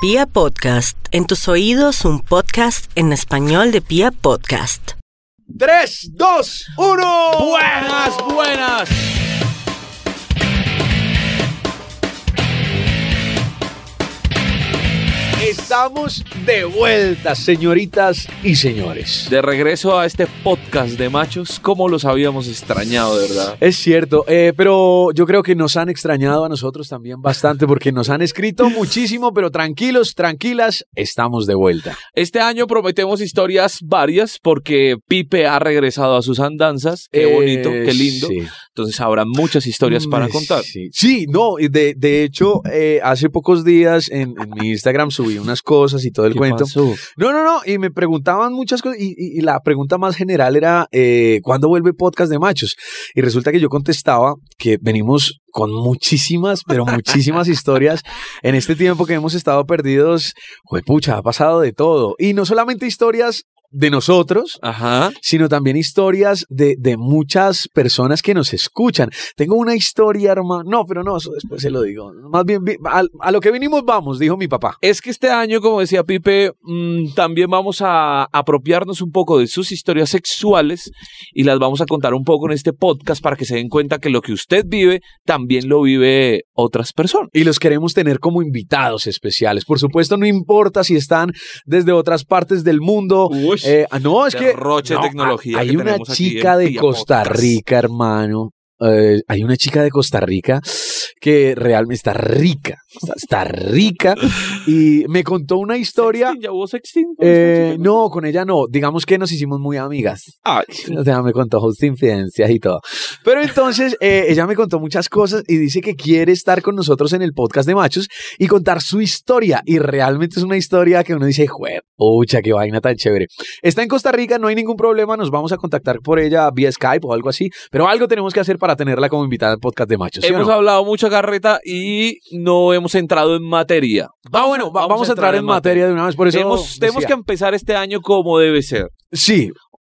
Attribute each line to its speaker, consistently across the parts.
Speaker 1: Pia Podcast, en tus oídos un podcast en español de Pia Podcast.
Speaker 2: 3, 2, 1.
Speaker 3: Buenas, buenas.
Speaker 2: Estamos de vuelta, señoritas y señores.
Speaker 3: De regreso a este podcast de machos, como los habíamos extrañado, de verdad.
Speaker 2: Es cierto, eh, pero yo creo que nos han extrañado a nosotros también bastante porque nos han escrito muchísimo, pero tranquilos, tranquilas, estamos de vuelta.
Speaker 3: Este año prometemos historias varias porque Pipe ha regresado a sus andanzas. Qué
Speaker 2: Eh,
Speaker 3: bonito, qué lindo.
Speaker 2: sí.
Speaker 3: Entonces habrá muchas historias para
Speaker 2: Mm,
Speaker 3: contar.
Speaker 2: Sí, Sí, no, y de, de hecho, eh, hace pocos días en, en mi Instagram subí unas cosas y todo el
Speaker 3: ¿Qué
Speaker 2: cuento.
Speaker 3: pasó?
Speaker 2: No, no, no, y me preguntaban muchas cosas y, y- y la pregunta más general era, eh, ¿cuándo vuelve podcast de machos? Y resulta que yo contestaba que venimos con muchísimas, pero muchísimas historias en este tiempo que hemos estado perdidos. Juepucha, ha pasado de todo. Y no solamente historias de nosotros,
Speaker 3: Ajá.
Speaker 2: sino también historias de, de muchas personas que nos escuchan. Tengo una historia, hermano. No, pero no, eso después se lo digo. Más bien, vi- a, a lo que vinimos vamos, dijo mi papá.
Speaker 3: Es que este año, como decía Pipe, mm, también vamos a apropiarnos un poco de sus historias sexuales y las vamos a contar un poco en este podcast para que se den cuenta que lo que usted vive también lo vive otras personas.
Speaker 2: y los queremos tener como invitados especiales. Por supuesto, no importa si están desde otras partes del mundo. Eh, ah, no, es que
Speaker 3: Derroche de
Speaker 2: no,
Speaker 3: tecnología
Speaker 2: hay
Speaker 3: que
Speaker 2: una
Speaker 3: tenemos aquí
Speaker 2: chica
Speaker 3: en
Speaker 2: de
Speaker 3: Pia
Speaker 2: Costa
Speaker 3: Podcast.
Speaker 2: Rica, hermano. Eh, hay una chica de Costa Rica que realmente está rica, está, está rica y me contó una historia.
Speaker 3: ¿Ya hubo sexting?
Speaker 2: eh, no, con ella no. Digamos que nos hicimos muy amigas.
Speaker 3: Ay,
Speaker 2: O sea, me contó sus infidencias y todo. Pero entonces eh, ella me contó muchas cosas y dice que quiere estar con nosotros en el podcast de machos y contar su historia. Y realmente es una historia que uno dice, pucha, qué vaina tan chévere. Está en Costa Rica, no hay ningún problema, nos vamos a contactar por ella vía Skype o algo así. Pero algo tenemos que hacer para tenerla como invitada al podcast de machos. ¿sí o
Speaker 3: hemos
Speaker 2: no?
Speaker 3: hablado mucha carreta y no hemos entrado en materia.
Speaker 2: Ah, bueno, va- vamos, a entrar en materia de una vez. Por eso
Speaker 3: Hemos- tenemos que
Speaker 2: decía.
Speaker 3: empezar este año como debe ser.
Speaker 2: Sí,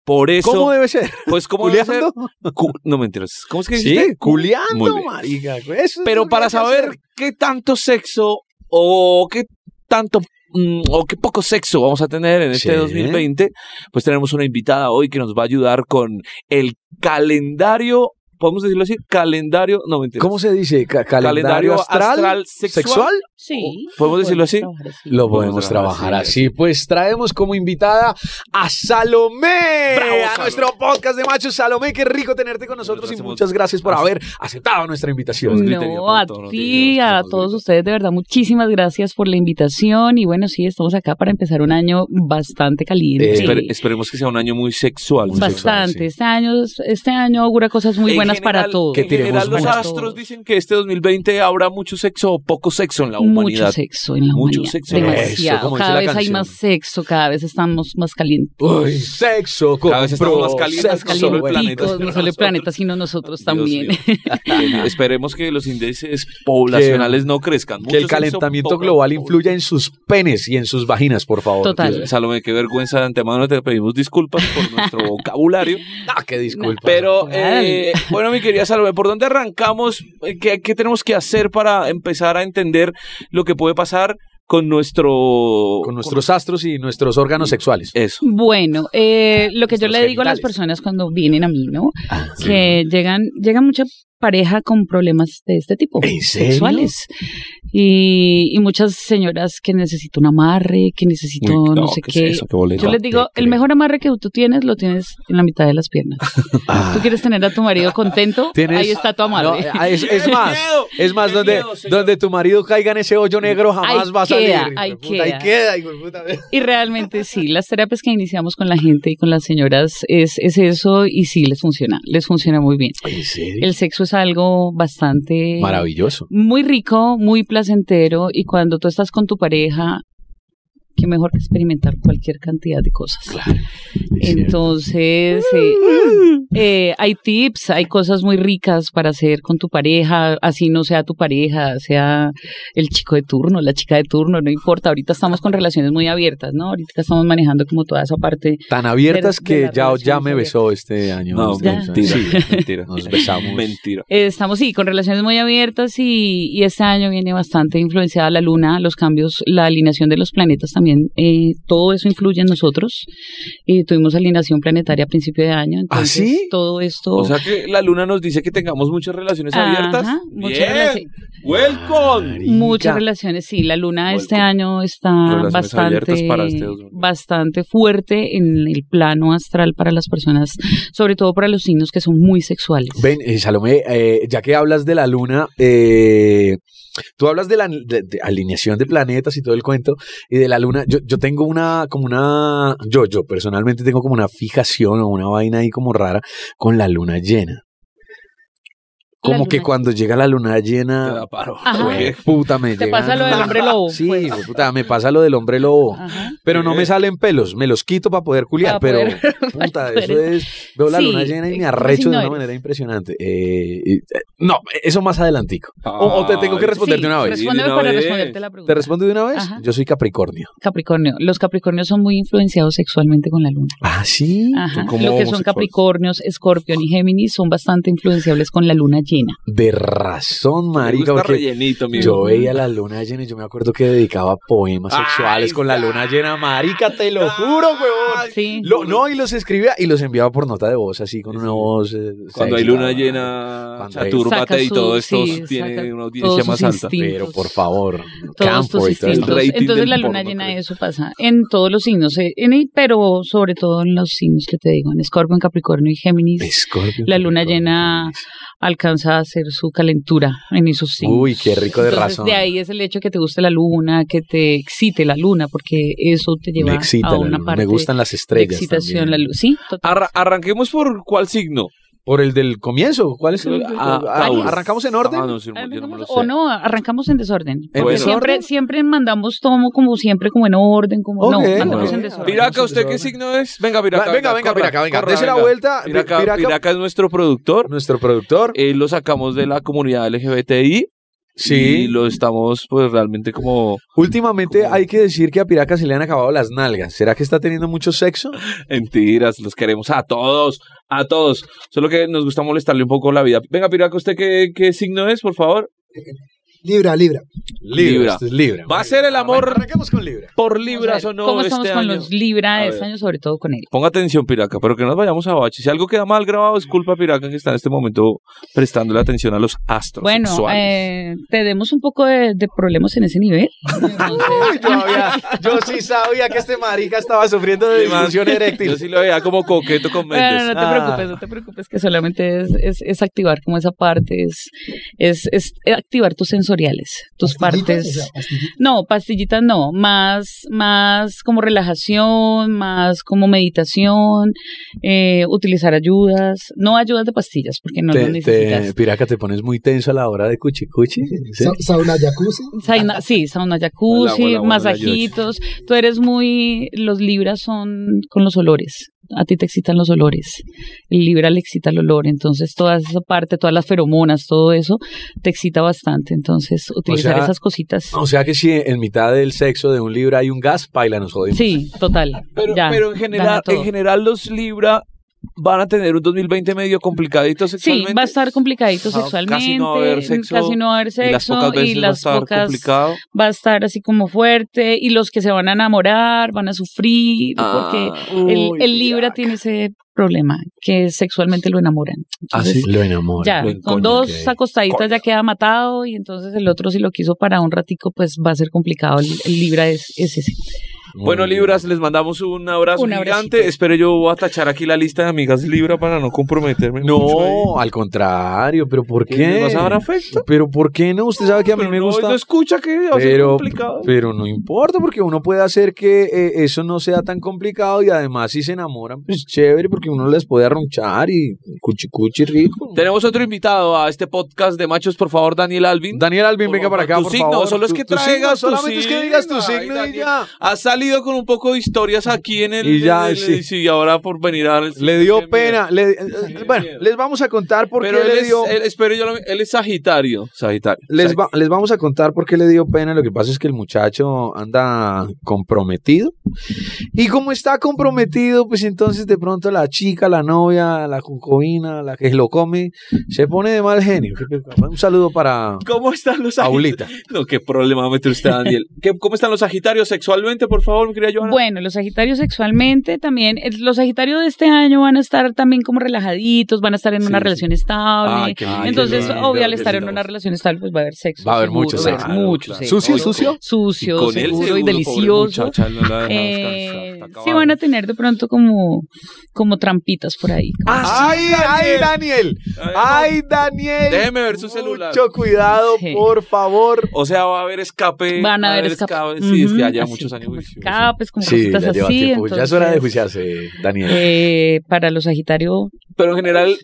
Speaker 3: Por eso,
Speaker 2: ¿cómo debe ser?
Speaker 3: pues como debe ser.
Speaker 2: ¿Culeando?
Speaker 3: Cu- no mentiras. ¿Cómo es que
Speaker 2: Sí,
Speaker 3: dijiste? Muy
Speaker 2: culeando,
Speaker 3: bien.
Speaker 2: marica. Eso es lo
Speaker 3: Pero
Speaker 2: que
Speaker 3: para
Speaker 2: hay que hacer.
Speaker 3: saber qué tanto sexo o qué tanto mm, o qué poco sexo vamos a tener en este
Speaker 2: Sí.
Speaker 3: 2020, pues tenemos una invitada hoy que nos va a ayudar con el calendario, podemos decirlo así, calendario, no mentira.
Speaker 2: ¿Cómo se dice? Ca- calendario, astral,
Speaker 3: sexual.
Speaker 2: sexual?
Speaker 4: Sí.
Speaker 3: ¿Podemos decirlo así?
Speaker 4: trabajar así.
Speaker 2: Lo podemos
Speaker 3: Podemos
Speaker 2: trabajar
Speaker 3: trabajar
Speaker 2: así. Pues traemos como invitada a Salomé,
Speaker 3: Bravo,
Speaker 2: a
Speaker 3: Salomé.
Speaker 2: nuestro podcast de machos. Salomé, qué rico tenerte con nosotros y
Speaker 3: hacemos-
Speaker 2: muchas gracias por haber aceptado nuestra invitación.
Speaker 3: Los gritería
Speaker 4: No,
Speaker 3: por
Speaker 4: a
Speaker 3: todos los
Speaker 4: ti,
Speaker 3: videos,
Speaker 4: a
Speaker 3: todos los
Speaker 4: todos
Speaker 3: videos.
Speaker 4: ustedes, de verdad, muchísimas gracias por la invitación. Y bueno, sí, estamos acá para empezar un año bastante caliente.
Speaker 2: Eh,
Speaker 3: Espere- esperemos que sea un año muy sexual.
Speaker 2: Muy sexual.
Speaker 4: bastante.
Speaker 2: sí.
Speaker 4: Este año, este año augura cosas muy
Speaker 3: En
Speaker 4: buenas
Speaker 3: general-
Speaker 4: para todos.
Speaker 2: que
Speaker 3: en general,
Speaker 2: tiremos
Speaker 3: los
Speaker 2: mucho.
Speaker 3: astros dicen que este 2020 habrá mucho sexo o poco sexo en la humanidad.
Speaker 4: Mucho sexo en la
Speaker 3: Mucho
Speaker 4: humanidad.
Speaker 3: sexo.
Speaker 2: Eso, como
Speaker 4: Demasiado.
Speaker 2: dice
Speaker 4: Cada
Speaker 2: la
Speaker 4: vez hay
Speaker 2: canción.
Speaker 4: más sexo, cada vez estamos más calientes.
Speaker 2: Uy, sexo con
Speaker 3: Cada vez estamos
Speaker 2: pro,
Speaker 3: más calientes,
Speaker 2: sexo
Speaker 3: no solo el
Speaker 2: bueno.
Speaker 3: planeta,
Speaker 4: Calienticos,
Speaker 3: sino
Speaker 4: no solo el
Speaker 3: nosotros.
Speaker 4: planeta, sino nosotros
Speaker 3: Dios
Speaker 4: también.
Speaker 3: mío. Que Esperemos que los índices poblacionales no crezcan.
Speaker 2: Que el
Speaker 3: Mucho sexo,
Speaker 2: calentamiento
Speaker 3: poco-
Speaker 2: global influya en sus penes y en sus vaginas, por favor.
Speaker 4: Total.
Speaker 3: Dios, Salomé, qué vergüenza de antemano, te pedimos disculpas por nuestro vocabulario.
Speaker 2: Ah, qué disculpa.
Speaker 3: Pero,
Speaker 4: Total.
Speaker 3: eh, bueno, mi querida Salomé, ¿por dónde arrancamos? Eh, ¿Qué, qué tenemos que hacer para empezar a entender lo que puede pasar con nuestro...
Speaker 2: con nuestros astros y nuestros órganos sexuales.
Speaker 3: Eso.
Speaker 4: Bueno, eh, lo que yo
Speaker 2: Nuestros
Speaker 4: le digo a
Speaker 2: Pues genitales.
Speaker 4: las
Speaker 2: Ah,
Speaker 4: personas cuando vienen a mí, ¿no? que llegan, llega mucha pareja con problemas de este tipo,
Speaker 2: ¿En serio?
Speaker 4: sexuales. Y, y muchas señoras que necesito un amarre, que necesito no, sé
Speaker 3: ¿qué es
Speaker 4: qué.
Speaker 3: eso? ¿Qué boleta?
Speaker 4: Yo les digo,
Speaker 2: te
Speaker 4: el
Speaker 2: creo.
Speaker 4: mejor amarre que tú tienes lo tienes en la mitad de las piernas.
Speaker 2: Ah.
Speaker 4: Tú quieres tener a tu marido contento,
Speaker 2: Tienes-
Speaker 4: ahí está tu amarre.
Speaker 2: No, eh, ah, es, es más,
Speaker 3: miedo!
Speaker 2: es más,
Speaker 3: ¡Qué
Speaker 2: donde,
Speaker 3: miedo, señor!
Speaker 2: donde tu marido caiga en ese hoyo negro jamás
Speaker 4: Ahí
Speaker 2: va a salir.
Speaker 4: queda,
Speaker 2: hijo de
Speaker 4: ahí
Speaker 2: puta,
Speaker 4: queda.
Speaker 2: hijo de puta.
Speaker 4: Y realmente sí, las terapias que iniciamos con la gente y con las señoras es, es eso y sí les funciona, les funciona muy bien.
Speaker 2: ¿En serio?
Speaker 4: El sexo es algo bastante
Speaker 2: Maravilloso.
Speaker 4: muy rico, muy placentero y cuando tú estás con tu pareja qué mejor que experimentar cualquier cantidad de cosas. Entonces, eh, eh, hay tips, hay cosas muy ricas para hacer con tu pareja, así no sea tu pareja, sea el chico de turno, la chica de turno, no importa. Ahorita estamos con relaciones muy abiertas, ¿no? Ahorita estamos manejando como toda esa parte.
Speaker 2: Tan abiertas
Speaker 4: de
Speaker 2: que
Speaker 4: las
Speaker 2: ya, ya
Speaker 4: relaciones
Speaker 2: me besó este año.
Speaker 3: No,
Speaker 2: Sí,
Speaker 3: mentira,
Speaker 2: sí,
Speaker 3: mentira.
Speaker 2: Nos besamos.
Speaker 3: Mentira.
Speaker 4: Eh, estamos, sí, con relaciones muy abiertas y, y este año viene bastante influenciada la luna, los cambios, la alineación de los planetas también. eh, todo eso influye en nosotros. Y tuvimos alineación planetaria a principio de
Speaker 3: ¿Ah,
Speaker 4: año. Entonces,
Speaker 2: sí?
Speaker 4: Todo esto.
Speaker 3: O sea que la luna nos dice que tengamos muchas relaciones
Speaker 4: Ajá,
Speaker 3: abiertas.
Speaker 4: muchas
Speaker 3: Bien.
Speaker 4: relaci-
Speaker 3: Welcome.
Speaker 2: Marica.
Speaker 4: Muchas relaciones, sí, la luna
Speaker 3: Igual
Speaker 4: este
Speaker 3: con-
Speaker 4: año está
Speaker 3: Relaciones abiertas
Speaker 4: bastante,
Speaker 3: para este 2020.
Speaker 4: bastante fuerte en el plano astral para las personas, sobre todo para los signos que son muy sexuales.
Speaker 2: Ven, eh, Salomé, eh, ya que hablas de la luna, eh, tú hablas de la de- de alineación de planetas y todo el cuento, y de la luna, yo, yo tengo una, como una, yo, yo personalmente tengo como una fijación o una vaina ahí como rara con la luna llena.
Speaker 4: La
Speaker 2: Como que
Speaker 4: luna-
Speaker 2: cuando llega la luna llena,
Speaker 3: Te la paro.
Speaker 4: Ajá.
Speaker 2: güey, puta, me
Speaker 4: Te
Speaker 2: llega-
Speaker 4: pasa lo del hombre lobo,
Speaker 2: Sí,
Speaker 4: pues. Ah,
Speaker 2: güey, puta, me pasa lo del hombre lobo.
Speaker 4: Ajá.
Speaker 2: Pero no me
Speaker 3: Eh.
Speaker 2: salen pelos, me los quito para poder culiar,
Speaker 4: Para
Speaker 2: pero
Speaker 4: poder-
Speaker 2: puta,
Speaker 4: poder-
Speaker 2: eso es, veo la
Speaker 4: Sí,
Speaker 2: luna llena y
Speaker 4: ¿qué
Speaker 2: me arrecho de
Speaker 4: signo
Speaker 2: una
Speaker 4: eres?
Speaker 2: manera impresionante. Eh, y- eh, no, eso más adelantico. O, o te tengo que
Speaker 3: Ay,
Speaker 2: responder de
Speaker 4: Sí,
Speaker 2: una vez.
Speaker 3: resp-
Speaker 4: respóndeme
Speaker 3: de una
Speaker 4: para
Speaker 3: vez.
Speaker 4: responderte la pregunta.
Speaker 2: ¿Te respondo de una vez?
Speaker 4: Ajá.
Speaker 2: Yo soy Capricornio.
Speaker 4: Capricornio. Los Capricornios son muy influenciados sexualmente con la luna.
Speaker 2: Ah, sí.
Speaker 4: Ajá.
Speaker 3: como
Speaker 4: Lo que son
Speaker 3: homosexual.
Speaker 4: Capricornios, Escorpión y Géminis son bastante influenciables con la luna llena.
Speaker 2: De razón,
Speaker 3: Me gusta
Speaker 2: marica, porque
Speaker 3: rellenito, mi
Speaker 2: yo
Speaker 4: amigo.
Speaker 2: veía la luna llena y yo me acuerdo que dedicaba poemas
Speaker 3: Ay,
Speaker 2: sexuales con la
Speaker 3: sí.
Speaker 2: luna llena, marica, te lo juro, huevón.
Speaker 4: Sí.
Speaker 2: Lo- no, y los escribía y los enviaba por nota de voz, así con
Speaker 3: Sí,
Speaker 2: una
Speaker 3: sí.
Speaker 2: voz. eh,
Speaker 3: Cuando hay
Speaker 2: sexy,
Speaker 3: luna
Speaker 2: tal.
Speaker 3: llena,
Speaker 2: Cuando hay-
Speaker 3: Chaturbate
Speaker 4: Saca
Speaker 3: y
Speaker 4: su-
Speaker 3: todo esto
Speaker 4: sí,
Speaker 3: tiene
Speaker 4: saca
Speaker 3: una audiencia
Speaker 4: todos
Speaker 3: más
Speaker 4: sus
Speaker 3: alta.
Speaker 4: instintos.
Speaker 2: Pero por favor,
Speaker 4: todos tus
Speaker 2: campo y todo eso.
Speaker 3: instintos.
Speaker 4: instintos.
Speaker 3: El rating
Speaker 4: Entonces
Speaker 3: del
Speaker 4: la luna
Speaker 3: porno,
Speaker 4: llena
Speaker 2: pues.
Speaker 3: creo.
Speaker 4: eso pasa en todos los signos, eh, en el- pero sobre todo en los signos que te digo, en Escorpio, en Capricornio y Géminis,
Speaker 2: Escorpio,
Speaker 4: La luna
Speaker 2: Capricornio,
Speaker 4: llena-
Speaker 2: Géminis.
Speaker 4: alcanza a hacer su calentura en esos signos.
Speaker 2: Uy, qué rico de
Speaker 4: Entonces,
Speaker 2: razón.
Speaker 4: de ahí es el hecho que te guste la luna, que te excite la luna, porque eso te lleva
Speaker 2: me excita
Speaker 4: a
Speaker 2: la
Speaker 4: una
Speaker 2: luna,
Speaker 4: parte
Speaker 2: me gustan las
Speaker 4: de
Speaker 2: estrellas.
Speaker 4: excitación,
Speaker 2: también.
Speaker 4: la luz. Sí, total.
Speaker 3: Arra- arranquemos por cuál signo.
Speaker 2: Por el del comienzo, ¿cuál es? el-
Speaker 3: Ah,
Speaker 2: ah,
Speaker 3: Tauro.
Speaker 2: arrancamos en orden.
Speaker 3: Ah, no, sí, yo no me lo
Speaker 4: Arrancamos-
Speaker 3: sé. Ah,
Speaker 4: o no, arrancamos en desorden.
Speaker 2: ¿En
Speaker 4: Porque
Speaker 3: desorden?
Speaker 4: siempre, siempre mandamos tomo como siempre, como en orden, como
Speaker 2: Ok,
Speaker 4: no, mandamos
Speaker 3: ok.
Speaker 4: en desorden.
Speaker 3: Piraca, ¿usted qué
Speaker 2: Desorden.
Speaker 3: signo es? Venga, Piraca.
Speaker 2: Va, venga, venga,
Speaker 3: corra,
Speaker 2: Piraca, venga.
Speaker 3: corra,
Speaker 2: Dese la
Speaker 3: venga.
Speaker 2: vuelta, pi-
Speaker 3: Piraca,
Speaker 2: Piraca.
Speaker 3: Piraca es nuestro productor.
Speaker 2: Nuestro productor.
Speaker 3: Eh, lo sacamos de la comunidad LGBTI.
Speaker 2: Sí.
Speaker 3: Y lo Oh. estamos, pues, realmente como
Speaker 2: Últimamente
Speaker 3: ¿Cómo?
Speaker 2: hay que decir que a Piraca se le han acabado las nalgas. ¿Será que está teniendo mucho sexo?
Speaker 3: en tiras. Los queremos a todos, a todos. Solo que nos gusta molestarle un poco la vida. Venga, Piraca, ¿usted qué, qué signo es, por favor?
Speaker 5: Libra, Libra.
Speaker 3: Libra.
Speaker 2: esto es Libra.
Speaker 3: Va a ser el amor-
Speaker 2: Arranquemos con Libra.
Speaker 3: ¿Por
Speaker 4: Vamos a
Speaker 3: libras
Speaker 4: ver,
Speaker 3: o no
Speaker 4: ¿Cómo
Speaker 3: este
Speaker 4: estamos con
Speaker 3: año?
Speaker 4: los Libra
Speaker 3: A
Speaker 4: de
Speaker 3: ver.
Speaker 4: este año, sobre todo con él?
Speaker 3: Ponga atención, Piraca, pero que no nos vayamos a bache. Si algo queda mal grabado, es culpa de Piraca que está en este momento prestándole atención a los astros
Speaker 4: Bueno,
Speaker 3: sexuales.
Speaker 4: eh, tenemos un poco de, de problemas en ese nivel.
Speaker 2: Uy, yo, había- yo sí sabía que este marica estaba sufriendo de disfunción
Speaker 3: Yo
Speaker 2: eréctil.
Speaker 3: sí lo veía como coqueto con Méndez.
Speaker 4: Bueno, no te
Speaker 2: Ah.
Speaker 4: preocupes, no te preocupes, que solamente es, es- es activar como esa parte, es, es, es activar tus sensoriales, tus
Speaker 5: Pastillita,
Speaker 4: partes.
Speaker 5: o sea, pastillita.
Speaker 4: No, pastillitas no, más, más como relajación, más como meditación, eh, utilizar ayudas, no ayudas de pastillas porque no
Speaker 2: Te-
Speaker 4: lo
Speaker 2: te-
Speaker 4: necesitas.
Speaker 2: piraca, te pones muy tenso a la hora de cuchi cuchi. ¿sí?
Speaker 5: Sa- Sauna jacuzzi.
Speaker 4: Sauna- sí, sauna jacuzzi,
Speaker 3: Hola, hola, hola,
Speaker 4: masajitos. Tú eres muy. Los libras son con los olores. A ti te excitan los olores. El libra le excita el olor. Entonces, toda esa parte, todas las feromonas, todo eso, te excita bastante. Entonces, utilizar
Speaker 2: sea,
Speaker 4: esas cositas.
Speaker 2: O sea que si en mitad del sexo de un Libra hay un gas, paila, nos jodimos.
Speaker 4: Sí, total.
Speaker 3: Pero,
Speaker 4: ya,
Speaker 3: pero en
Speaker 4: gana
Speaker 3: general,
Speaker 4: todo.
Speaker 3: en general los Libra van a tener un 2020 medio complicadito
Speaker 4: Sí,
Speaker 3: sexualmente.
Speaker 4: va a estar complicadito
Speaker 3: Ah, casi no
Speaker 4: sexualmente.
Speaker 3: va a haber sexo,
Speaker 4: casi no va a haber
Speaker 3: y las
Speaker 4: sexo.
Speaker 3: pocas veces
Speaker 4: Y las
Speaker 3: va a estar
Speaker 4: pocas.
Speaker 3: complicado.
Speaker 4: Va a estar así como fuerte. Y los que se van a enamorar van a sufrir.
Speaker 3: Ah,
Speaker 4: Porque El,
Speaker 2: Uy,
Speaker 4: el Libra
Speaker 2: Piraca.
Speaker 4: tiene ese problema, que sexualmente lo enamoran. Entonces,
Speaker 2: Lo enamora.
Speaker 4: Ya,
Speaker 3: Ah, lo
Speaker 4: con
Speaker 3: encoñan,
Speaker 4: dos
Speaker 2: ok.
Speaker 4: acostaditas ya queda matado y entonces el otro si lo quiso para un ratico, pues va a ser complicado. El, el Libra es, es ese.
Speaker 2: Muy
Speaker 3: bueno,
Speaker 2: bien.
Speaker 3: Libras, les mandamos un abrazo
Speaker 4: Un abracito.
Speaker 3: gigante. Espero yo voy a tachar aquí la lista de amigas Libra para no comprometerme. mucho ahí.
Speaker 2: No, al contrario, pero ¿por
Speaker 3: ¿Qué?
Speaker 2: qué?
Speaker 3: ¿Les vas a dar afecto?
Speaker 2: Pero ¿por qué no? Usted sabe que a mí
Speaker 3: Pero
Speaker 2: me
Speaker 3: no,
Speaker 2: gusta.
Speaker 3: No escucha que va a ser
Speaker 2: Pero,
Speaker 3: complicado.
Speaker 2: pero no importa, porque uno puede hacer que eh, eso no sea tan complicado y además si se enamoran,
Speaker 3: Mm.
Speaker 2: pues chévere, porque uno les puede arrunchar y cuchicuchi rico.
Speaker 3: Tenemos otro invitado a este podcast de machos, por favor, Daniel Alvin.
Speaker 2: Daniel Alvin, venga
Speaker 3: Por-
Speaker 2: para acá,
Speaker 3: tu
Speaker 2: por
Speaker 3: signo,
Speaker 2: favor.
Speaker 3: solo es
Speaker 2: Tu-
Speaker 3: que
Speaker 2: tu
Speaker 3: traigas
Speaker 2: signo,
Speaker 3: tu
Speaker 2: solamente es que digas tu
Speaker 3: signo. Ay,
Speaker 2: signo y
Speaker 3: Daniel.
Speaker 2: ya.
Speaker 3: ha salido con un poco de historias aquí en el.
Speaker 2: Y ya,
Speaker 3: en el-
Speaker 2: sí.
Speaker 3: sí, ahora por venir a.
Speaker 2: Le dio
Speaker 3: Qué
Speaker 2: pena. le-
Speaker 3: qué
Speaker 2: bueno,
Speaker 3: miedo.
Speaker 2: les vamos a contar por
Speaker 3: Pero
Speaker 2: qué
Speaker 3: él,
Speaker 2: le
Speaker 3: es,
Speaker 2: dio.
Speaker 3: él- espero yo lo- él es Sagitario. Sagitario.
Speaker 2: Les,
Speaker 3: Sag-
Speaker 2: va- les vamos a contar por qué le dio pena. Lo que pasa es que el muchacho anda comprometido. Y como está comprometido, pues entonces de pronto la chica, la novia, la concubina, la que lo come, se pone de mal genio. Qué pecado. Un saludo para
Speaker 3: ¿Cómo están los Sagitarios?
Speaker 2: Paulita.
Speaker 3: No, qué problema mete usted, Daniel. ¿Qué- ¿Cómo están los Sagitarios sexualmente, por favor, mi querida Johanna?
Speaker 4: Bueno, los Sagitarios sexualmente también, eh, los Sagitarios de este año van a estar también como relajaditos, van a estar en
Speaker 3: Sí,
Speaker 4: una
Speaker 3: sí.
Speaker 4: relación
Speaker 3: Ah,
Speaker 4: estable.
Speaker 3: qué lindo,
Speaker 4: Entonces,
Speaker 3: qué lindo,
Speaker 4: obvio, al
Speaker 3: qué
Speaker 4: estar en
Speaker 3: lindo.
Speaker 4: una relación estable, pues va a haber sexo.
Speaker 2: Va a haber
Speaker 4: seguro,
Speaker 2: mucho
Speaker 4: va a haber
Speaker 2: sexo.
Speaker 4: mucho
Speaker 3: Claro,
Speaker 4: sexo.
Speaker 2: ¿Sucio, sucio?
Speaker 4: Sucio,
Speaker 3: con él
Speaker 4: seguro y
Speaker 3: seguro, pobre
Speaker 4: delicioso.
Speaker 3: muchacha, Ah, no la dejamos
Speaker 4: Eh,
Speaker 3: descansar, está
Speaker 4: sí van a
Speaker 3: acabada.
Speaker 4: tener de pronto como, como trampitas por ahí.
Speaker 2: ¡Ay, Ah, ay, Daniel! ¡Ay, Daniel!
Speaker 3: Déjeme ver su celular.
Speaker 2: Mucho cuidado,
Speaker 4: Sí.
Speaker 2: por favor.
Speaker 3: O sea, va Eh, a haber escape.
Speaker 4: Van a
Speaker 3: va
Speaker 4: haber escape.
Speaker 3: Sí, es que
Speaker 4: Ujú, pues,
Speaker 3: ya lleva
Speaker 4: así,
Speaker 3: muchos años.
Speaker 4: como
Speaker 3: juicioso.
Speaker 4: escapes, como
Speaker 2: Sí,
Speaker 4: cositas
Speaker 2: ya lleva
Speaker 4: así.
Speaker 2: tiempo. ya es hora de
Speaker 4: entonces,
Speaker 2: juiciarse, Daniel.
Speaker 4: eh, para los Sagitario,
Speaker 3: Pero en general,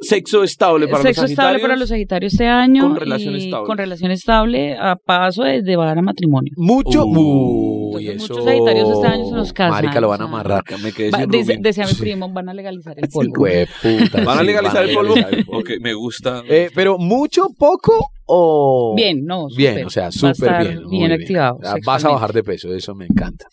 Speaker 3: sexo estable para
Speaker 4: pues. sexo
Speaker 3: los
Speaker 4: estable
Speaker 3: Sagitarios.
Speaker 4: para los Sagitarios este año.
Speaker 3: con relación
Speaker 4: y
Speaker 3: estable.
Speaker 4: Con relación estable a paso de, de bajar a matrimonio.
Speaker 2: Mucho.
Speaker 3: Uh,
Speaker 2: Uy,
Speaker 4: entonces, muchos
Speaker 2: eso-
Speaker 4: sagitarios este año se nos casan,
Speaker 2: Marica, lo van a
Speaker 4: o sea.
Speaker 2: amarrar.
Speaker 3: Me quedé
Speaker 4: Va-
Speaker 3: sin
Speaker 4: dice-
Speaker 3: Rubín.
Speaker 4: decía mi primo, van a legalizar el polvo.
Speaker 2: Hueputa,
Speaker 3: ¿Van a
Speaker 2: sí,
Speaker 3: legalizar
Speaker 2: van a
Speaker 3: el polvo?
Speaker 2: legalizar el polvo.
Speaker 3: Ok, me gusta.
Speaker 2: Eh, pero mucho, poco o...
Speaker 4: Bien, no.
Speaker 2: Bien,
Speaker 4: súper.
Speaker 2: o sea,
Speaker 4: Va a
Speaker 2: súper
Speaker 4: estar
Speaker 2: bien. muy
Speaker 4: Bien activado.
Speaker 2: O sea, Vas a bajar de peso, eso me encanta.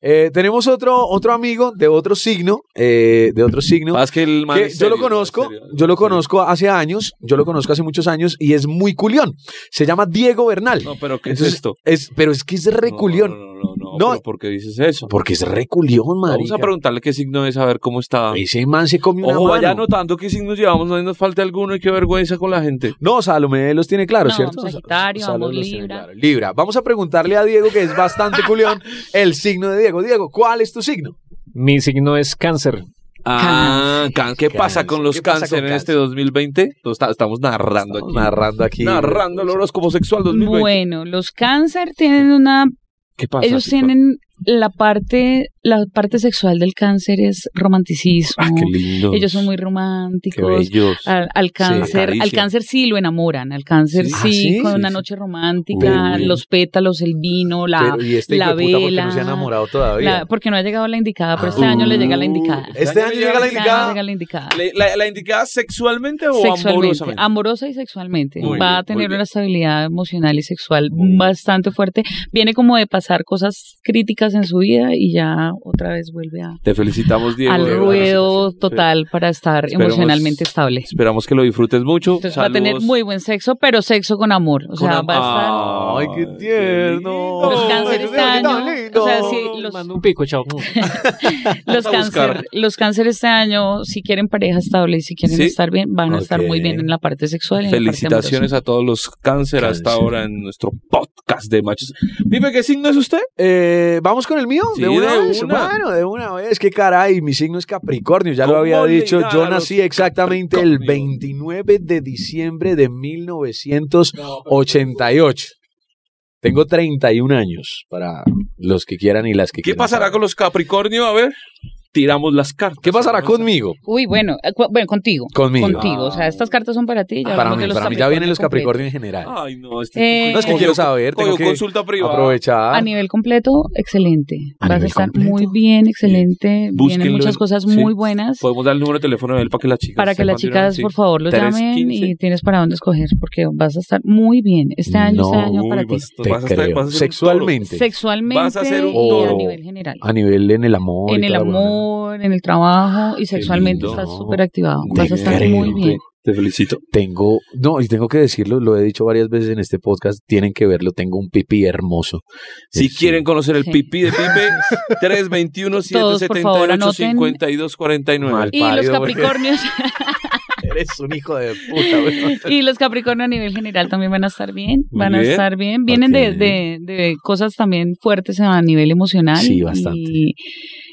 Speaker 2: Eh, tenemos otro, otro amigo de otro signo, eh, de otro signo.
Speaker 3: Más que el man
Speaker 2: que
Speaker 3: es
Speaker 2: yo lo
Speaker 3: serio,
Speaker 2: conozco,
Speaker 3: es serio.
Speaker 2: yo lo conozco hace años, yo lo conozco hace muchos años y es muy culión. Se llama Diego Bernal.
Speaker 3: No, pero ¿qué
Speaker 2: Entonces,
Speaker 3: es esto?
Speaker 2: es- pero es que es
Speaker 3: No,
Speaker 2: reculión.
Speaker 3: No, no, no. no,
Speaker 2: No.
Speaker 3: pero ¿Por qué dices eso?
Speaker 2: Porque es reculión,
Speaker 3: Vamos a
Speaker 2: marica.
Speaker 3: preguntarle qué signo es, a ver cómo está.
Speaker 2: Ese man se come una
Speaker 3: Ojo, vaya
Speaker 2: mano.
Speaker 3: anotando qué signos llevamos, no nos falte alguno y qué vergüenza con la gente.
Speaker 2: No, Salomé los tiene claro,
Speaker 4: No,
Speaker 2: ¿cierto?
Speaker 4: vamos Sagitario,
Speaker 2: Salomé
Speaker 4: vamos
Speaker 2: los tiene
Speaker 4: Libra.
Speaker 2: claro. Libra. Vamos a preguntarle a Diego, que es bastante culión, el signo de Diego. Diego, ¿cuál es tu signo?
Speaker 6: Mi signo es cáncer.
Speaker 3: Ah, can- ¿qué
Speaker 2: Cáncer.
Speaker 3: pasa con los
Speaker 2: ¿Qué pasa
Speaker 3: cáncer
Speaker 2: con
Speaker 3: en este
Speaker 2: cáncer?
Speaker 3: 2020? Lo está- estamos narrando
Speaker 2: Estamos
Speaker 3: aquí.
Speaker 2: Narrando aquí.
Speaker 3: narrando el horóscopo sexual 2020.
Speaker 4: Bueno, los cáncer tienen una...
Speaker 3: ¿Qué pasa?
Speaker 4: Ellos
Speaker 3: ¿Qué
Speaker 4: tienen la parte, la parte sexual del cáncer es romanticismo.
Speaker 3: pasa? Ah, qué lindo.
Speaker 4: ellos son muy
Speaker 3: Qué
Speaker 4: románticos.
Speaker 3: bellos.
Speaker 4: Al, al cáncer, al
Speaker 3: acaricia.
Speaker 4: cáncer sí lo enamoran, al cáncer
Speaker 2: Sí.
Speaker 4: sí,
Speaker 2: Ah, sí,
Speaker 4: con
Speaker 2: sí,
Speaker 4: una
Speaker 2: sí.
Speaker 4: noche romántica,
Speaker 2: Uy.
Speaker 4: los pétalos, el vino, la,
Speaker 2: Pero, ¿y este
Speaker 4: la
Speaker 2: hijo de puta por qué no se ha
Speaker 4: vela,
Speaker 2: enamorado todavía?
Speaker 4: la- porque no ha llegado la indicada, pero este
Speaker 3: Ah.
Speaker 4: año le llega la indicada.
Speaker 2: Este año llega la
Speaker 4: Este año
Speaker 2: indicada.
Speaker 4: llega la indicada.
Speaker 3: ¿Le- ¿La, la indicada sexualmente o
Speaker 4: Sexualmente,
Speaker 3: amorosamente?
Speaker 4: amorosa y sexualmente.
Speaker 3: Muy bien,
Speaker 4: Va
Speaker 3: muy
Speaker 4: a tener
Speaker 3: bien.
Speaker 4: una estabilidad emocional y sexual
Speaker 3: Muy bien.
Speaker 4: bastante fuerte. Viene como de pasar cosas críticas en su vida y ya otra vez vuelve a-
Speaker 3: Te felicitamos, Diego.
Speaker 4: al
Speaker 3: de verdad.
Speaker 4: ruedo
Speaker 3: Sí.
Speaker 4: total para estar
Speaker 3: Esperemos-
Speaker 4: emocionalmente estable.
Speaker 3: Esperamos que lo disfrutes mucho.
Speaker 4: Entonces va a tener muy buen sexo, pero sexo con amor. O sea,
Speaker 3: Con
Speaker 4: va a estar.
Speaker 3: amor. Oh,
Speaker 2: Ay, qué tierno.
Speaker 4: Los cáncer
Speaker 2: Ay,
Speaker 4: este
Speaker 2: qué
Speaker 4: año,
Speaker 2: lindo.
Speaker 4: o sea, sí, los-
Speaker 6: Mando un pico, chao.
Speaker 4: Los
Speaker 3: Vamos a buscar.
Speaker 4: cáncer, los cáncer este año, si quieren pareja estable y si quieren
Speaker 3: ¿Sí?
Speaker 4: estar bien, van a estar
Speaker 2: Ok.
Speaker 4: muy bien en la parte sexual. y en la parte
Speaker 3: Felicitaciones a todos los cáncer hasta
Speaker 2: Cáncer.
Speaker 3: ahora en nuestro podcast de machos. Pipe, ¿qué signo es usted?
Speaker 2: Eh, Vamos con el mío,
Speaker 3: Sí,
Speaker 2: de una
Speaker 3: de
Speaker 2: vez.
Speaker 3: una.
Speaker 2: Bueno, de una vez. Que caray, mi signo es Capricornio, ya lo
Speaker 3: ¿Cómo
Speaker 2: había dicho.
Speaker 3: llegar
Speaker 2: Yo
Speaker 3: a
Speaker 2: nací
Speaker 3: los
Speaker 2: exactamente el
Speaker 3: Capricornio?
Speaker 2: 29 de diciembre de 1988. Tengo 31 años para los que quieran y las que
Speaker 3: ¿Qué
Speaker 2: quieran.
Speaker 3: pasará con los Capricornio? A ver, tiramos las cartas.
Speaker 2: ¿Qué pasará conmigo?
Speaker 4: amorosa. Uy, bueno, eh, cu- bueno, contigo.
Speaker 2: Conmigo. Ah.
Speaker 4: Contigo. O sea, estas cartas son para ti. Ya
Speaker 2: para
Speaker 4: hablamos
Speaker 2: mí,
Speaker 4: de los
Speaker 2: para mí ya vienen los
Speaker 4: completos.
Speaker 2: Capricornio en general.
Speaker 3: Ay, no, este
Speaker 4: Eh,
Speaker 2: No es que
Speaker 4: Cogió-
Speaker 2: quiero saber, tengo
Speaker 3: Cogió
Speaker 2: que
Speaker 3: consulta privada.
Speaker 2: aprovechar.
Speaker 4: A nivel completo, excelente.
Speaker 2: A
Speaker 4: Vas
Speaker 2: nivel
Speaker 4: a estar
Speaker 2: completo.
Speaker 4: muy bien, excelente.
Speaker 3: Búsquenlo
Speaker 4: Vienen muchas
Speaker 3: en-
Speaker 4: cosas
Speaker 3: sí.
Speaker 4: muy buenas.
Speaker 3: Podemos dar el número de teléfono de él para que las chicas.
Speaker 4: Para que las
Speaker 3: sepan de una vez,
Speaker 4: chicas,
Speaker 3: sí.
Speaker 4: por favor, lo
Speaker 3: 3,
Speaker 4: llamen
Speaker 3: 15.
Speaker 4: y tienes para dónde escoger, porque vas a estar muy bien este año, este
Speaker 2: No,
Speaker 4: año para
Speaker 3: Uy,
Speaker 4: ti.
Speaker 3: vas-
Speaker 2: Te
Speaker 3: vas a estar-
Speaker 2: creo.
Speaker 3: vas a ser un
Speaker 2: Sexualmente.
Speaker 4: Sexualmente
Speaker 3: Vas a ser un
Speaker 4: y a
Speaker 2: toro.
Speaker 4: nivel general.
Speaker 2: A nivel en el amor. y
Speaker 4: en el
Speaker 2: toda la buena.
Speaker 4: amor, en el trabajo y sexualmente
Speaker 3: lindo.
Speaker 4: estás súper activado.
Speaker 3: toro.
Speaker 4: Vas a estar
Speaker 2: creo.
Speaker 4: muy bien.
Speaker 3: Te felicito.
Speaker 2: Tengo, no, y tengo que decirlo, lo he dicho varias veces en este podcast, tienen que verlo, tengo un pipí hermoso.
Speaker 3: Si
Speaker 2: Es-
Speaker 3: quieren conocer el
Speaker 4: Sí.
Speaker 3: pipí de Pipe, 321
Speaker 4: por favor,
Speaker 3: 778
Speaker 4: anoten.
Speaker 3: 52 49
Speaker 2: Mal.
Speaker 4: Y los
Speaker 2: Pálido,
Speaker 4: Capricornios,
Speaker 2: Eres un hijo de puta, güey.
Speaker 4: y los Capricornio a nivel general también van a estar bien,
Speaker 3: Muy
Speaker 4: van a
Speaker 3: bien.
Speaker 4: estar bien, vienen de,
Speaker 2: Ok.
Speaker 4: de- de cosas también fuertes a nivel emocional
Speaker 2: Sí, bastante.
Speaker 4: y,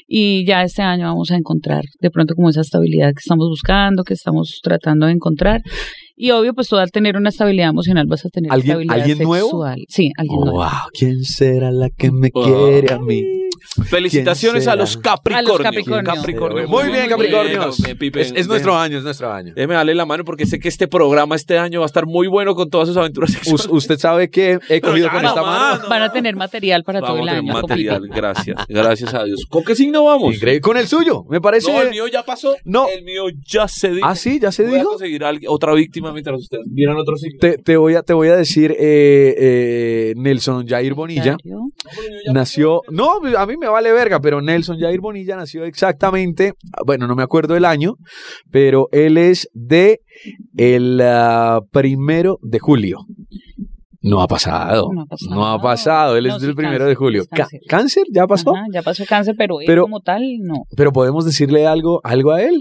Speaker 4: y ya este año vamos a encontrar de pronto como esa estabilidad que estamos buscando, que estamos tratando de encontrar. Y obvio, pues tú al tener una estabilidad emocional vas a tener
Speaker 2: ¿Alguien-
Speaker 4: estabilidad
Speaker 2: alguien nuevo? Oh, ah,
Speaker 4: sexual. Sí, alguien nuevo.
Speaker 2: wow, ¿quién será la que me
Speaker 3: Ay.
Speaker 2: quiere a mí?
Speaker 3: Felicitaciones
Speaker 2: será?
Speaker 3: a los Capricornio.
Speaker 4: A los Capricornio.
Speaker 3: Capricornio.
Speaker 2: Muy bien, Capricornios.
Speaker 3: Bueno, Pipe, Eh,
Speaker 2: es, es nuestro año, es nuestro año.
Speaker 3: Déjeme darle la mano porque sé que este programa este año va a estar muy bueno con todas sus aventuras sexuales.
Speaker 2: Us- usted sabe que he comido con
Speaker 3: ya,
Speaker 2: esta
Speaker 3: no,
Speaker 2: mano.
Speaker 3: mano.
Speaker 4: Van a tener material para todo
Speaker 3: Vamos
Speaker 4: el
Speaker 3: a tener
Speaker 4: año. con Pipe.
Speaker 3: material, gracias. Gracias a Dios. ¿Con qué signo vamos?
Speaker 2: Increíble. Con el suyo, me parece.
Speaker 3: No, el mío ya pasó.
Speaker 2: No.
Speaker 3: El mío ya se dijo.
Speaker 2: ah, sí, ya se
Speaker 3: Voy a
Speaker 2: dijo.
Speaker 3: conseguir a alguien- otra víctima mientras ustedes miran otro signo.
Speaker 2: Te, te voy a, te voy a decir, eh, eh, Nelson Jair Bonilla nació. No, a mí me vale verga, pero Nelson Jair Bonilla nació exactamente. Bueno, no me acuerdo el año, pero él es de el ah, primero de julio. No ha pasado.
Speaker 4: No ha pasado.
Speaker 2: No ha pasado. Él
Speaker 4: No,
Speaker 2: es
Speaker 4: sí,
Speaker 2: del primero
Speaker 4: cáncer,
Speaker 2: de julio.
Speaker 4: es
Speaker 2: Ca-
Speaker 4: cáncer.
Speaker 2: ¿Cáncer? ¿Ya pasó?
Speaker 4: Ajá, ya pasó cáncer, pero, él
Speaker 2: Pero-
Speaker 4: como tal, no.
Speaker 2: Pero podemos decirle algo, algo a él.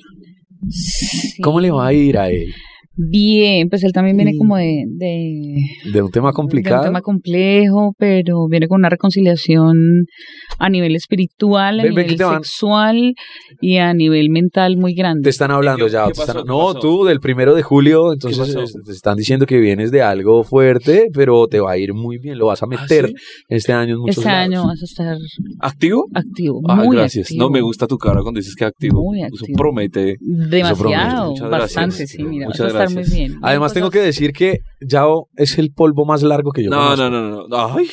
Speaker 2: ¿Cómo le va a ir a él?
Speaker 4: Bien, pues él también viene como de- de,
Speaker 2: De un tema complicado.
Speaker 4: Es un tema complejo, pero viene con una reconciliación a nivel espiritual, a
Speaker 2: Ven, ven, que
Speaker 4: nivel
Speaker 2: te van.
Speaker 4: sexual y a nivel mental muy
Speaker 2: Te
Speaker 4: grande.
Speaker 2: están hablando
Speaker 3: ¿Qué-
Speaker 2: ya.
Speaker 3: qué
Speaker 2: te están-
Speaker 3: pasó? ¿Qué
Speaker 2: no,
Speaker 3: pasó?
Speaker 2: tú del primero de julio, entonces
Speaker 3: pasó?
Speaker 2: eh, te están diciendo que vienes de algo fuerte, pero te va a ir muy bien, lo vas a meter
Speaker 3: ¿Ah, sí?
Speaker 2: este año en muchos
Speaker 4: Este
Speaker 2: lados.
Speaker 4: año vas a estar
Speaker 3: ¿Activo?
Speaker 4: activo,
Speaker 3: Ah,
Speaker 4: muy
Speaker 3: gracias.
Speaker 4: activo.
Speaker 3: No me gusta tu cara cuando dices que activo.
Speaker 4: Muy
Speaker 3: Eso
Speaker 4: activo.
Speaker 3: promete.
Speaker 4: Demasiado,
Speaker 3: Muchas gracias.
Speaker 4: bastante, sí, mira,
Speaker 3: Muchas
Speaker 4: vas a estar
Speaker 3: gracias.
Speaker 4: muy bien.
Speaker 2: Además tengo que decir que Yao es el polvo más largo que yo
Speaker 3: pues No,
Speaker 2: conozco.
Speaker 3: no, no, no. Ay,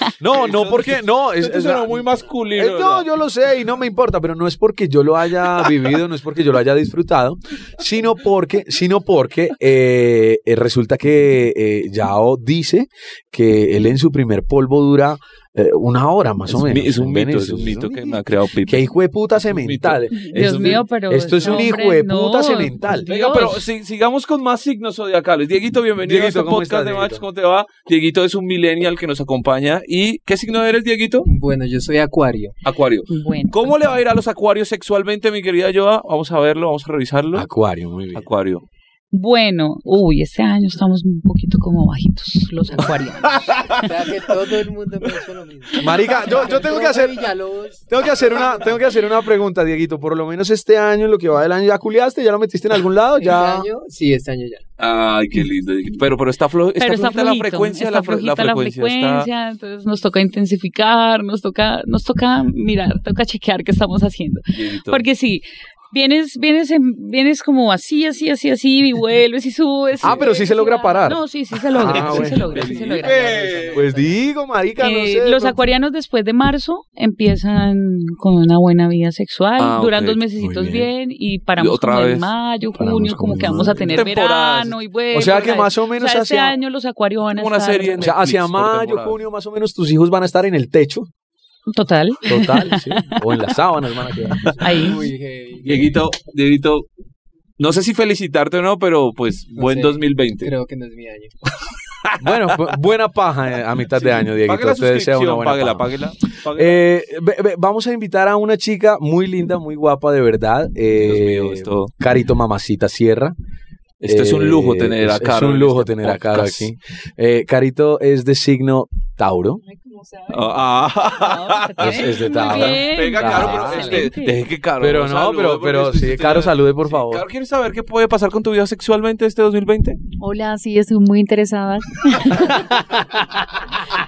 Speaker 2: No, no, porque no, es,
Speaker 3: esto
Speaker 2: es-
Speaker 3: suena muy masculino.
Speaker 2: Eh, no,
Speaker 3: ¿verdad?
Speaker 2: yo lo sé y no me importa, pero no es porque yo lo haya vivido, no es porque yo lo haya disfrutado, sino porque, sino porque eh, eh, resulta que eh, Yao dice que él en su primer polvo dura eh, una hora más
Speaker 3: Es,
Speaker 2: o
Speaker 3: mi-
Speaker 2: menos.
Speaker 3: es un
Speaker 2: ¿Ven
Speaker 3: mito, es
Speaker 2: eso?
Speaker 3: un mito que me ha creado Pipe.
Speaker 2: Que hijo de puta
Speaker 3: Es un mito.
Speaker 2: cemental.
Speaker 4: Dios
Speaker 2: Es-
Speaker 4: mío, pero
Speaker 2: Esto es
Speaker 4: este
Speaker 2: un hijo
Speaker 4: hombre,
Speaker 2: de puta
Speaker 4: no,
Speaker 2: semental.
Speaker 4: Dios.
Speaker 3: Venga, pero si- sigamos con más signos zodiacales. Dieguito, bienvenido
Speaker 2: Dieguito,
Speaker 3: a este
Speaker 2: ¿cómo
Speaker 3: podcast
Speaker 2: estás,
Speaker 3: de
Speaker 2: Dieguito?
Speaker 3: Match. ¿Cómo te va? Dieguito es un millennial que nos acompaña. ¿Y qué signo eres, Dieguito?
Speaker 7: Bueno, yo soy Acuario.
Speaker 3: Acuario.
Speaker 4: Bueno,
Speaker 3: ¿Cómo le va a ir a los acuarios sexualmente, mi querida Joa? Vamos a verlo, vamos a revisarlo.
Speaker 2: Acuario, muy bien.
Speaker 3: Acuario.
Speaker 4: bueno, uy, este año estamos un poquito como bajitos los acuarios.
Speaker 7: O sea que todo el mundo piensa lo mismo.
Speaker 2: Marica, yo, yo tengo que hacer,
Speaker 7: Villalobos.
Speaker 2: tengo que hacer una, tengo que hacer una pregunta, Dieguito. Por lo menos este año, en lo que va del año, ya culiaste, ya lo metiste en algún lado,
Speaker 7: ¿Ya?
Speaker 2: ya.
Speaker 7: Este año, sí, este año ya.
Speaker 3: Ay, qué lindo. Dieguito. Pero, pero está, flo
Speaker 4: pero está
Speaker 3: flojita
Speaker 4: flojito,
Speaker 3: la frecuencia,
Speaker 4: está
Speaker 3: la, fre-
Speaker 4: flojita la frecuencia,
Speaker 3: está-
Speaker 4: entonces nos toca intensificar, nos toca, nos toca mirar, toca chequear qué estamos haciendo.
Speaker 3: Dieguito.
Speaker 4: Porque sí, vienes, vienes, en- vienes como así, así, así, así, y vuelves y subes. y
Speaker 2: Ah, pero sí
Speaker 4: vuelves
Speaker 2: se
Speaker 4: y
Speaker 2: logra
Speaker 4: bajas.
Speaker 2: parar.
Speaker 4: No, sí, sí se logra,
Speaker 2: Ah,
Speaker 4: sí
Speaker 2: bueno.
Speaker 4: se logra, sí se logra.
Speaker 2: Pues digo, marica, no
Speaker 4: Eh,
Speaker 2: sé.
Speaker 4: los
Speaker 2: no-
Speaker 4: acuarianos después de marzo empiezan con una buena vida sexual,
Speaker 3: Ah,
Speaker 4: duran
Speaker 3: ok,
Speaker 4: dos mesecitos
Speaker 2: muy
Speaker 4: bien. y paramos
Speaker 3: Otra
Speaker 4: como
Speaker 3: vez.
Speaker 4: en mayo,
Speaker 2: Paramos
Speaker 4: junio,
Speaker 2: como
Speaker 4: como
Speaker 2: en
Speaker 4: que vamos a
Speaker 2: mayo.
Speaker 4: tener
Speaker 3: Temporadas.
Speaker 4: verano y vuelve.
Speaker 2: O sea que más o
Speaker 4: o
Speaker 2: menos
Speaker 4: sea, este
Speaker 2: hacia-
Speaker 4: año los acuarios van a
Speaker 3: Como una
Speaker 4: estar
Speaker 3: serie en
Speaker 2: O sea, hacia
Speaker 3: Netflix por
Speaker 2: mayo,
Speaker 3: temporada.
Speaker 2: junio, más o menos tus hijos van a estar en el techo,
Speaker 4: total
Speaker 2: total, sí. O en las sábanas van a quedar.
Speaker 4: ahí.
Speaker 7: Uy, heavy.
Speaker 3: Dieguito, Dieguito, no sé si felicitarte o no, pero pues
Speaker 7: No
Speaker 3: buen
Speaker 7: sé.
Speaker 3: 2020.
Speaker 7: Creo que no es mi año.
Speaker 2: Bueno, bu- buena paja eh, a mitad
Speaker 3: Sí.
Speaker 2: de año,
Speaker 3: Pague
Speaker 2: Dieguito.
Speaker 3: la
Speaker 2: Te deseo una
Speaker 3: suscripción,
Speaker 2: buena paja.
Speaker 3: páguela, páguela, páguela.
Speaker 2: Eh, ve- ve- vamos a invitar a una chica muy linda, muy guapa, de verdad. eh,
Speaker 3: Dios mío, esto,
Speaker 2: Carito Mamacita Sierra.
Speaker 3: esto es un lujo
Speaker 2: Eh,
Speaker 3: tener
Speaker 2: es-
Speaker 3: a Caro.
Speaker 2: Es un
Speaker 3: en
Speaker 2: lujo
Speaker 3: este
Speaker 2: tener a Caro
Speaker 3: podcast.
Speaker 2: aquí. Eh, Carito es de signo Tauro.
Speaker 3: Ah, ah,
Speaker 4: No,
Speaker 2: Es- es de
Speaker 4: muy
Speaker 2: tabla.
Speaker 4: bien.
Speaker 3: Venga,
Speaker 2: Ah,
Speaker 3: Caro, pero este,
Speaker 4: excelente.
Speaker 3: deje que Caro.
Speaker 2: Pero
Speaker 3: nos
Speaker 2: no,
Speaker 3: salude,
Speaker 2: pero,
Speaker 3: porque
Speaker 2: pero
Speaker 3: esto-
Speaker 2: sí,
Speaker 3: esto-
Speaker 2: Caro, salude, por favor.
Speaker 3: Caro, ¿quieres saber qué puede pasar con tu vida sexualmente este 2020?
Speaker 8: Hola, sí, estoy muy interesada.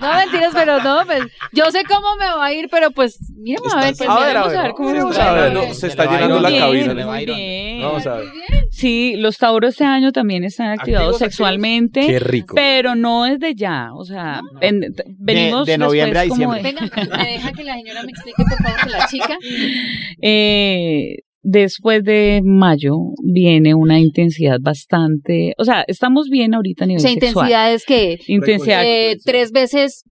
Speaker 8: no mentiras, pero no, pues yo sé cómo me va a ir, pero pues miremos a ver,
Speaker 3: Estás-
Speaker 8: pues,
Speaker 2: a ver,
Speaker 8: miremos
Speaker 2: a ver,
Speaker 8: cómo
Speaker 2: miremos
Speaker 8: nos
Speaker 2: a
Speaker 8: va
Speaker 2: ver,
Speaker 8: ir.
Speaker 2: no,
Speaker 3: se está llenando la
Speaker 4: Muy bien,
Speaker 3: cabina.
Speaker 4: muy bien.
Speaker 2: Vamos a ver.
Speaker 4: Sí, los Tauro este año también están activados
Speaker 3: Activos, activos.
Speaker 4: sexualmente.
Speaker 2: Qué rico.
Speaker 4: Pero no desde ya, o sea, ven- t- venimos
Speaker 9: de
Speaker 4: después
Speaker 9: noviembre a
Speaker 4: como
Speaker 9: diciembre.
Speaker 8: Venga, me deja que la señora me explique, por favor, que la chica.
Speaker 4: eh, después de mayo viene una intensidad bastante, o sea, estamos bien ahorita a nivel
Speaker 8: O sea,
Speaker 4: sexual.
Speaker 8: intensidad es que
Speaker 4: Intensidad,
Speaker 8: eh, tres veces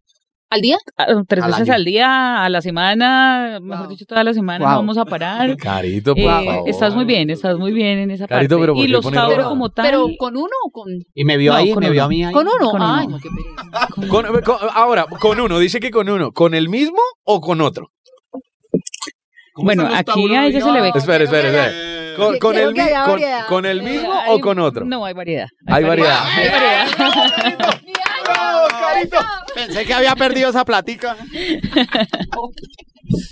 Speaker 8: al día.
Speaker 4: ah, tres
Speaker 9: al
Speaker 4: veces
Speaker 9: año.
Speaker 4: al día, a la semana, mejor
Speaker 8: Wow.
Speaker 4: dicho, toda la semana
Speaker 9: Wow.
Speaker 4: no vamos a parar.
Speaker 2: Carito, por
Speaker 4: Eh,
Speaker 2: favor.
Speaker 4: estás muy bien, estás muy bien en esa
Speaker 2: Carito,
Speaker 4: parte.
Speaker 2: pero ¿por
Speaker 4: y
Speaker 2: qué
Speaker 4: los
Speaker 2: pone
Speaker 4: Tauro
Speaker 2: roja?
Speaker 4: como tal,
Speaker 8: Pero con uno o con,
Speaker 9: Y me vio
Speaker 4: No,
Speaker 9: ahí,
Speaker 4: con
Speaker 9: me
Speaker 4: uno.
Speaker 9: vio a mí ahí.
Speaker 8: con uno.
Speaker 4: con uno.
Speaker 8: Ay, no, qué pereza.
Speaker 2: Con- eh, con- ahora, con uno, dice que con uno. ¿Con el mismo o con otro?
Speaker 3: ¿Cómo
Speaker 4: Bueno,
Speaker 3: están los
Speaker 4: aquí
Speaker 3: Tauro
Speaker 4: a ella
Speaker 3: hoy?
Speaker 4: se le ve.
Speaker 8: No,
Speaker 2: espera,
Speaker 8: quiero
Speaker 2: espera,
Speaker 8: que la-
Speaker 2: espera. ¿Con,
Speaker 8: que-
Speaker 2: con
Speaker 8: quiero
Speaker 2: el,
Speaker 8: que
Speaker 2: mi-
Speaker 8: haya
Speaker 2: con-
Speaker 8: variedad.
Speaker 2: con el
Speaker 8: Eh,
Speaker 2: mismo
Speaker 4: hay-
Speaker 2: o con otro?
Speaker 4: No, hay variedad.
Speaker 2: Hay variedad.
Speaker 4: Hay variedad.
Speaker 8: Mi año.
Speaker 9: Pensé que había perdido esa platica.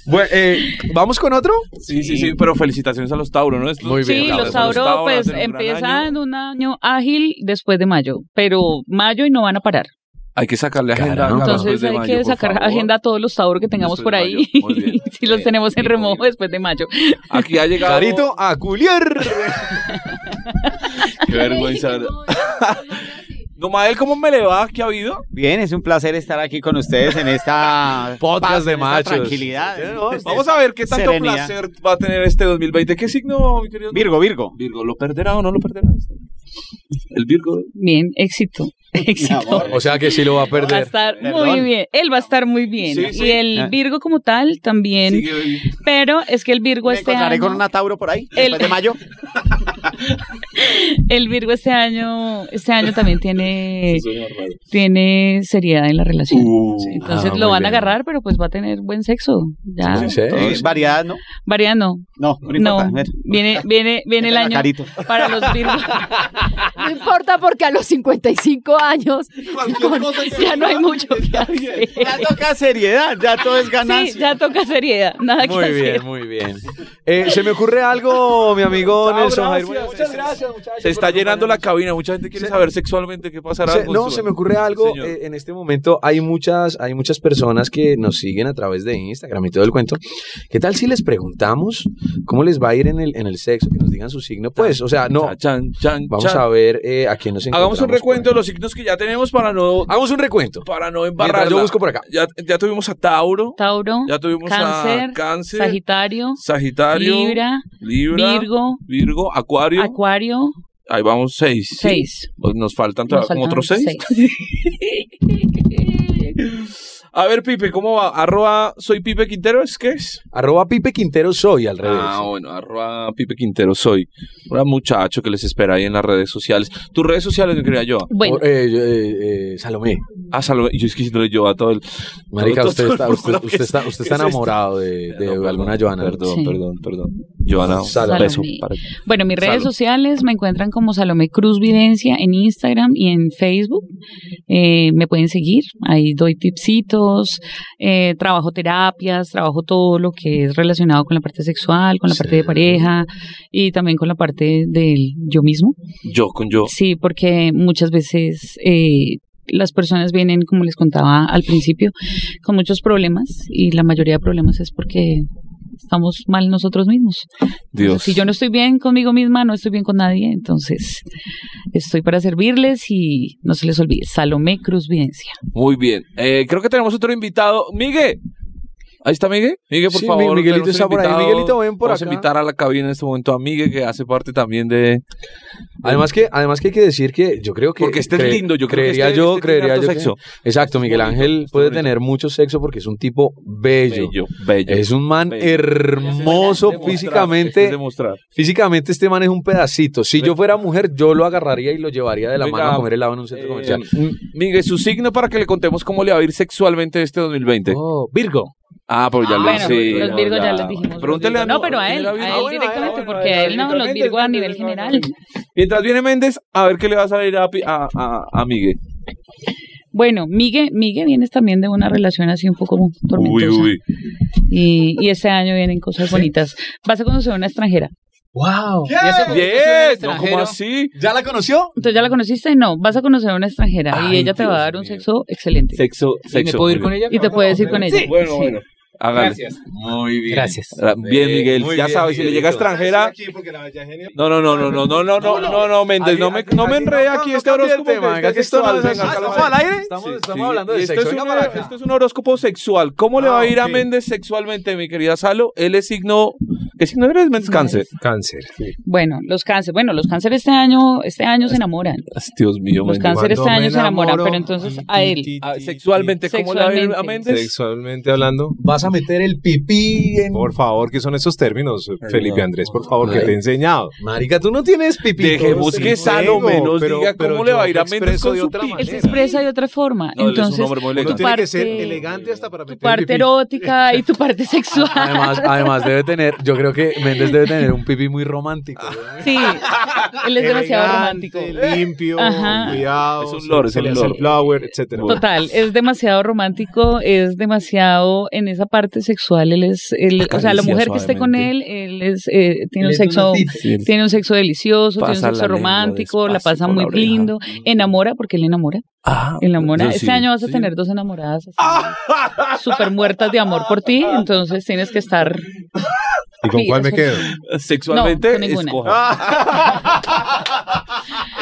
Speaker 2: Bueno, eh, ¿Vamos con otro?
Speaker 3: Sí, sí, sí, pero felicitaciones a los Tauro, ¿no? Esto-
Speaker 2: Muy bien,
Speaker 4: Sí,
Speaker 2: Tauro,
Speaker 4: los
Speaker 2: Tauro,
Speaker 4: Tauro pues
Speaker 3: hacen un gran año.
Speaker 4: empiezan un año ágil después de mayo, pero mayo y no van a parar.
Speaker 3: Hay que sacarle agenda.
Speaker 2: Caramba.
Speaker 3: Gaga,
Speaker 4: Entonces
Speaker 3: después de
Speaker 4: hay
Speaker 3: mayo,
Speaker 4: que
Speaker 3: por
Speaker 4: sacar
Speaker 3: favor.
Speaker 4: agenda a todos los Tauro que tengamos por
Speaker 3: Después de
Speaker 4: ahí.
Speaker 3: mayo, muy bien.
Speaker 4: si los
Speaker 3: Eh,
Speaker 4: tenemos en
Speaker 3: muy
Speaker 4: remojo
Speaker 3: bien.
Speaker 4: después de mayo.
Speaker 3: Aquí ha llegado.
Speaker 2: Carito a culiar.
Speaker 3: Qué vergüenza. No, Mael, ¿cómo me le va? ¿Qué ha habido?
Speaker 9: Bien, es un placer estar aquí con ustedes en esta
Speaker 2: Podcast
Speaker 9: paz,
Speaker 2: de
Speaker 9: en esta
Speaker 2: machos.
Speaker 9: Tranquilidad. Este
Speaker 3: Vamos a ver qué tanto
Speaker 9: Serenidad.
Speaker 3: placer va a tener este 2020. ¿Qué signo, mi querido?
Speaker 9: Virgo, Virgo.
Speaker 3: Virgo, ¿lo perderá o no lo perderá? El Virgo. ¿eh?
Speaker 4: Bien, éxito. Éxito.
Speaker 2: O sea que sí lo va a
Speaker 4: Va a
Speaker 2: perder.
Speaker 4: estar muy
Speaker 9: Perdón.
Speaker 4: bien. Él va a estar muy bien.
Speaker 3: Sí, sí.
Speaker 4: Y el Virgo como tal también.
Speaker 3: Sigue
Speaker 4: Pero es que el Virgo
Speaker 9: Me
Speaker 4: este
Speaker 9: encontraré
Speaker 4: año.
Speaker 9: con una Tauro por ahí,
Speaker 4: El-
Speaker 9: después de mayo.
Speaker 4: El Virgo este año, este año también tiene, tiene seriedad en la relación.
Speaker 3: Uh.
Speaker 4: Entonces
Speaker 2: Ah,
Speaker 4: lo
Speaker 2: muy
Speaker 4: van a
Speaker 2: bien.
Speaker 4: agarrar, pero pues va a tener buen sexo. Ya.
Speaker 2: Sí, sí.
Speaker 9: Sí, variedad, ¿no?
Speaker 4: Variando.
Speaker 9: No, no
Speaker 4: No.
Speaker 9: importa.
Speaker 4: Viene, viene, viene el
Speaker 9: La
Speaker 4: año
Speaker 9: Carito.
Speaker 4: para los Virgos.
Speaker 8: No importa porque a los 55 años con- ya no hay mucho que hacer.
Speaker 9: Ya toca seriedad, ya todo es ganancia.
Speaker 4: Sí, ya toca seriedad. Nada que
Speaker 2: Muy
Speaker 4: hacer.
Speaker 2: bien, muy bien. Eh, Se me ocurre algo, mi amigo Nelson Jair. Bueno,
Speaker 3: Muchas gracias, muchachos. Se está llenando la cabina. Mucha gente quiere
Speaker 2: Se-
Speaker 3: saber sexualmente qué pasará.
Speaker 2: se-
Speaker 3: con
Speaker 2: no,
Speaker 3: su-
Speaker 2: se me ocurre algo.
Speaker 3: Señor.
Speaker 2: eh, en este momento hay muchas, hay muchas personas que nos siguen a través de Instagram y todo el cuento. ¿Qué tal si les preguntamos cómo les va a ir en el, en el sexo? Que nos digan su signo. Pues, o sea, no.
Speaker 3: Cha, Chan, chan,
Speaker 2: Vamos
Speaker 3: chan.
Speaker 2: a ver eh, a quién nos encontramos.
Speaker 3: Hagamos un recuento de
Speaker 2: por
Speaker 3: los signos que ya tenemos para no,
Speaker 2: ahí. Hagamos un recuento.
Speaker 3: para no
Speaker 2: Mientras
Speaker 3: embarrarla.
Speaker 2: yo busco por acá.
Speaker 3: Ya, ya tuvimos a Tauro,
Speaker 4: Tauro,
Speaker 3: ya tuvimos a
Speaker 4: Cáncer,
Speaker 3: Cáncer,
Speaker 4: Sagitario,
Speaker 3: Sagitario,
Speaker 4: Libra,
Speaker 3: Libra,
Speaker 4: Virgo,
Speaker 3: Virgo, Acuario.
Speaker 4: Acuario,
Speaker 3: Ahí vamos seis. ¿sí?
Speaker 4: seis.
Speaker 3: Pues Nos faltan todavía
Speaker 4: Nos
Speaker 3: como
Speaker 4: faltan
Speaker 3: otros seis.
Speaker 4: seis.
Speaker 3: A ver, Pipe, ¿cómo va? Arroba soy Pipe Quintero, ¿es qué es?
Speaker 2: Arroba Pipe Quintero soy al revés.
Speaker 3: Ah, bueno, arroba Pipe Quintero soy. Un muchacho que les espera ahí en las redes sociales. Tus redes sociales, me quería yo.
Speaker 4: Bueno,
Speaker 2: O- eh, eh, eh, Salomé.
Speaker 3: Ah, salve. Yo es que siento yo a todo el.
Speaker 2: Marica,
Speaker 3: todo-
Speaker 2: usted
Speaker 3: todo el
Speaker 2: está,
Speaker 3: mundo
Speaker 2: usted,
Speaker 3: que
Speaker 2: usted está, usted está
Speaker 3: que se
Speaker 2: enamorado de, de
Speaker 3: No, perdón,
Speaker 2: alguna Joana.
Speaker 3: Perdón,
Speaker 4: Sí.
Speaker 3: perdón, perdón. Joana,
Speaker 2: Salomé.
Speaker 3: un beso para ti.
Speaker 4: Bueno, mis redes
Speaker 3: Salud.
Speaker 4: sociales me encuentran como Salomé Cruz Videncia en Instagram y en Facebook. Eh, me pueden seguir, ahí doy tipsitos, eh, trabajo terapias, trabajo todo lo que es relacionado con la parte sexual, con la parte de
Speaker 2: Sí.
Speaker 4: pareja y también con la parte del yo mismo.
Speaker 3: Yo con yo.
Speaker 4: Sí, porque muchas veces eh, las personas vienen, como les contaba al principio, con muchos problemas y la mayoría de problemas es porque estamos mal nosotros mismos.
Speaker 3: Dios.
Speaker 4: Si yo no estoy bien conmigo misma, no estoy bien con nadie, entonces estoy para servirles y no se les olvide, Salomé Cruz Videncia.
Speaker 3: Muy bien. Eh, creo que tenemos otro invitado. Miguel. Ahí está Miguel. Miguel, por
Speaker 2: Sí,
Speaker 3: favor.
Speaker 2: Mi- Miguelito
Speaker 3: tenemos
Speaker 2: está
Speaker 3: un
Speaker 2: por ahí.
Speaker 3: invitado.
Speaker 2: Miguelito, ven por
Speaker 3: Vamos
Speaker 2: acá.
Speaker 3: a invitar a la cabina en este momento a Miguel, que hace parte también de.
Speaker 2: Además que, además que hay que decir que yo creo que...
Speaker 3: Porque este
Speaker 2: cre-
Speaker 3: es lindo, yo creo que
Speaker 2: creería
Speaker 3: este-
Speaker 2: yo,
Speaker 3: este tiene
Speaker 2: creería
Speaker 3: harto
Speaker 2: yo. que-
Speaker 3: sexo.
Speaker 2: Exacto, Miguel
Speaker 3: bonito,
Speaker 2: Ángel
Speaker 3: está
Speaker 2: puede
Speaker 3: bonito.
Speaker 2: tener mucho sexo porque es un tipo bello.
Speaker 3: Bello, bello.
Speaker 2: Es un man
Speaker 3: Bello.
Speaker 2: hermoso
Speaker 3: Demostrar, es
Speaker 2: físicamente.
Speaker 3: demostrar.
Speaker 2: Físicamente este man es un pedacito. Si yo fuera mujer, yo lo agarraría y lo llevaría de la
Speaker 3: Venga,
Speaker 2: mano a comer helado en un centro comercial.
Speaker 3: Eh, Miguel, su signo para que le contemos cómo le va a ir sexualmente este 2020.
Speaker 2: Oh, Virgo.
Speaker 3: Ah, pero ya
Speaker 4: Ah,
Speaker 3: lo
Speaker 4: bueno,
Speaker 3: sí,
Speaker 4: los
Speaker 3: ya,
Speaker 4: Virgo ya
Speaker 3: ya.
Speaker 4: les dijimos.
Speaker 3: Pregúntele a
Speaker 4: No, pero a él,
Speaker 3: Miguel
Speaker 4: a
Speaker 3: Ah,
Speaker 4: él
Speaker 3: bueno,
Speaker 4: directamente,
Speaker 3: bueno,
Speaker 4: porque a él no, los Virgo a nivel general.
Speaker 3: Mientras viene Méndez, a ver qué le va a salir a, Pi- a, a, a Miguel.
Speaker 4: Bueno, Migue, Migue vienes también de una relación así un poco tormentosa. Y, y este año vienen cosas bonitas. Vas a conocer a una extranjera.
Speaker 5: ¡Wow!
Speaker 3: Yes, no, ¿cómo así?
Speaker 2: ¿Ya la conoció?
Speaker 4: Entonces ya la conociste, no, vas a conocer a una extranjera y
Speaker 3: Ay,
Speaker 4: ella te
Speaker 3: Dios
Speaker 4: va a dar un
Speaker 3: mío.
Speaker 4: sexo excelente.
Speaker 3: Sexo, sexo.
Speaker 7: puedo ir
Speaker 3: muy
Speaker 7: con
Speaker 3: bien.
Speaker 7: ella?
Speaker 4: Y te puedes ir con ella.
Speaker 3: Bueno, bueno. Hágale. Muy bien.
Speaker 7: Gracias.
Speaker 3: Ah, Bien, Miguel.
Speaker 2: Muy
Speaker 3: ya
Speaker 2: bien,
Speaker 3: sabes, si le
Speaker 2: Miguelito.
Speaker 3: llega extranjera. No, no, no, no, no, no, no, no, no, no, Méndez,
Speaker 2: Aquí-
Speaker 3: no me,
Speaker 2: aquí-
Speaker 3: no me
Speaker 2: aquí-
Speaker 3: enrede
Speaker 2: no,
Speaker 3: aquí
Speaker 2: no
Speaker 3: este
Speaker 2: cambie el
Speaker 3: horóscopo.
Speaker 2: tema,
Speaker 3: que es
Speaker 2: que esto no
Speaker 3: sexual,
Speaker 2: es-
Speaker 3: venga,
Speaker 2: ah,
Speaker 3: calma.
Speaker 2: ¿estamos al aire?
Speaker 3: Sí,
Speaker 2: Estamos-
Speaker 3: sí,
Speaker 2: estamos hablando de
Speaker 3: y esto
Speaker 2: sexo,
Speaker 3: es
Speaker 2: venga
Speaker 3: un- eh,
Speaker 2: para acá.
Speaker 3: Esto es un horóscopo sexual. ¿Cómo le
Speaker 2: Ah,
Speaker 3: va a ir a
Speaker 2: ok.
Speaker 3: Méndez sexualmente, mi querida Salo? Él es signo... ¿Qué signo eres, Méndez? Cáncer.
Speaker 6: Cáncer.
Speaker 4: Bueno, los cánceres, bueno, los cánceres este año, este año se enamoran.
Speaker 3: Dios mío,
Speaker 4: Los
Speaker 3: Méndez.
Speaker 4: cánceres este
Speaker 5: Cuando me
Speaker 4: año se enamoran,
Speaker 5: enamoro,
Speaker 4: pero entonces a él.
Speaker 3: Ah, sexualmente, ¿cómo le va a ir a
Speaker 4: Sexualmente.
Speaker 3: Méndez?
Speaker 6: Sexualmente hablando.
Speaker 2: Vas a meter el pipí en...
Speaker 6: Por favor, ¿qué son esos términos, Felipe Andrés? Por favor, que
Speaker 2: Ay.
Speaker 6: te he enseñado. este
Speaker 2: Marica, tú no tienes pipí.
Speaker 3: Dejemos que Salomé nos
Speaker 6: pero-
Speaker 3: diga
Speaker 6: pero
Speaker 3: cómo le
Speaker 6: yo
Speaker 3: va a ir a
Speaker 6: me
Speaker 3: Méndez
Speaker 6: expreso
Speaker 3: con
Speaker 6: de
Speaker 3: su
Speaker 6: otra
Speaker 3: pi-
Speaker 4: Él se expresa de otra
Speaker 3: No,
Speaker 4: forma.
Speaker 3: él es un
Speaker 4: entonces,
Speaker 3: hombre muy
Speaker 6: Uno
Speaker 3: elegante.
Speaker 6: tiene que ser
Speaker 4: parte-
Speaker 6: elegante hasta para
Speaker 4: tu
Speaker 6: meter
Speaker 4: parte
Speaker 6: pipí.
Speaker 4: erótica y tu parte sexual.
Speaker 2: Además, además debe tener, yo creo que Méndez debe tener un pipí muy romántico. ¿no?
Speaker 4: Sí, él es demasiado
Speaker 6: Elegante,
Speaker 4: romántico.
Speaker 6: Limpio,
Speaker 4: Ajá.
Speaker 6: cuidado.
Speaker 3: Es un lord, es un lord.
Speaker 6: flower, etcétera.
Speaker 4: Total, es demasiado romántico, es demasiado en esa parte sexual, él es, él- o sea, la
Speaker 3: Acaricia
Speaker 4: mujer que esté con él,
Speaker 3: suavemente.
Speaker 4: él es, eh, tiene un
Speaker 5: Le hizo
Speaker 4: sexo,
Speaker 5: una cita.
Speaker 4: tiene un sexo delicioso, tiene un
Speaker 3: Pasa la
Speaker 4: sexo
Speaker 3: lengua
Speaker 4: romántico, la
Speaker 3: despacio
Speaker 4: pasa
Speaker 3: por la
Speaker 4: muy
Speaker 3: oreja.
Speaker 4: lindo, enamora porque él enamora,
Speaker 3: Ah,
Speaker 4: enamora.
Speaker 3: sí,
Speaker 4: este año vas a
Speaker 3: sí.
Speaker 4: tener dos enamoradas así, súper muertas de amor por ti, entonces tienes que estar
Speaker 6: ¿Y con
Speaker 4: Sí,
Speaker 6: cuál me
Speaker 4: eso-
Speaker 6: quedo?
Speaker 3: Sexualmente,
Speaker 4: No, con ninguna.
Speaker 3: escoja.
Speaker 4: con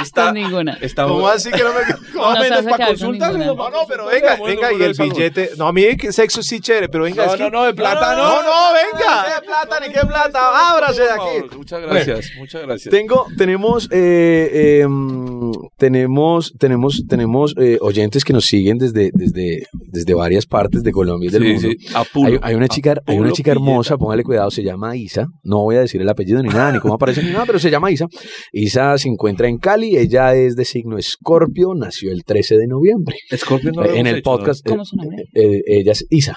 Speaker 3: Está,
Speaker 4: ninguna.
Speaker 3: está
Speaker 6: ¿Cómo así que no me quedo?
Speaker 4: No, no te vas a
Speaker 6: para
Speaker 4: quedar con
Speaker 6: consultas.
Speaker 4: ninguna.
Speaker 6: No, no, pero venga, venga, y el billete. No, a mí
Speaker 2: Eh,
Speaker 6: que sexo sí chévere, pero venga.
Speaker 3: No,
Speaker 6: es que-
Speaker 3: no, no, de plata
Speaker 6: No,
Speaker 3: no.
Speaker 6: no, venga.
Speaker 2: plata, ni qué plata! ¡Ábrase de aquí!
Speaker 3: Muchas gracias, muchas gracias.
Speaker 2: Tengo, tenemos, eh, eh, mm, tenemos, tenemos, tenemos eh, oyentes que nos siguen desde, desde, desde varias partes de Colombia y del mundo.
Speaker 3: apuro.
Speaker 2: hay, hay una chica, hay una
Speaker 3: Apuro
Speaker 2: chica hermosa,
Speaker 3: Pilleta.
Speaker 2: póngale cuidado, se llama Isa. No voy a decir el apellido ni nada, ni cómo aparece ni nada, pero se llama Isa. Isa se encuentra en Cali, ella es de signo Escorpio, nació el 13 de noviembre.
Speaker 3: Scorpio no lo
Speaker 2: Eh, en
Speaker 3: hemos
Speaker 2: el
Speaker 3: hecho,
Speaker 2: podcast, eh,
Speaker 4: ¿Cómo es su nombre?
Speaker 2: eh, ella es Isa.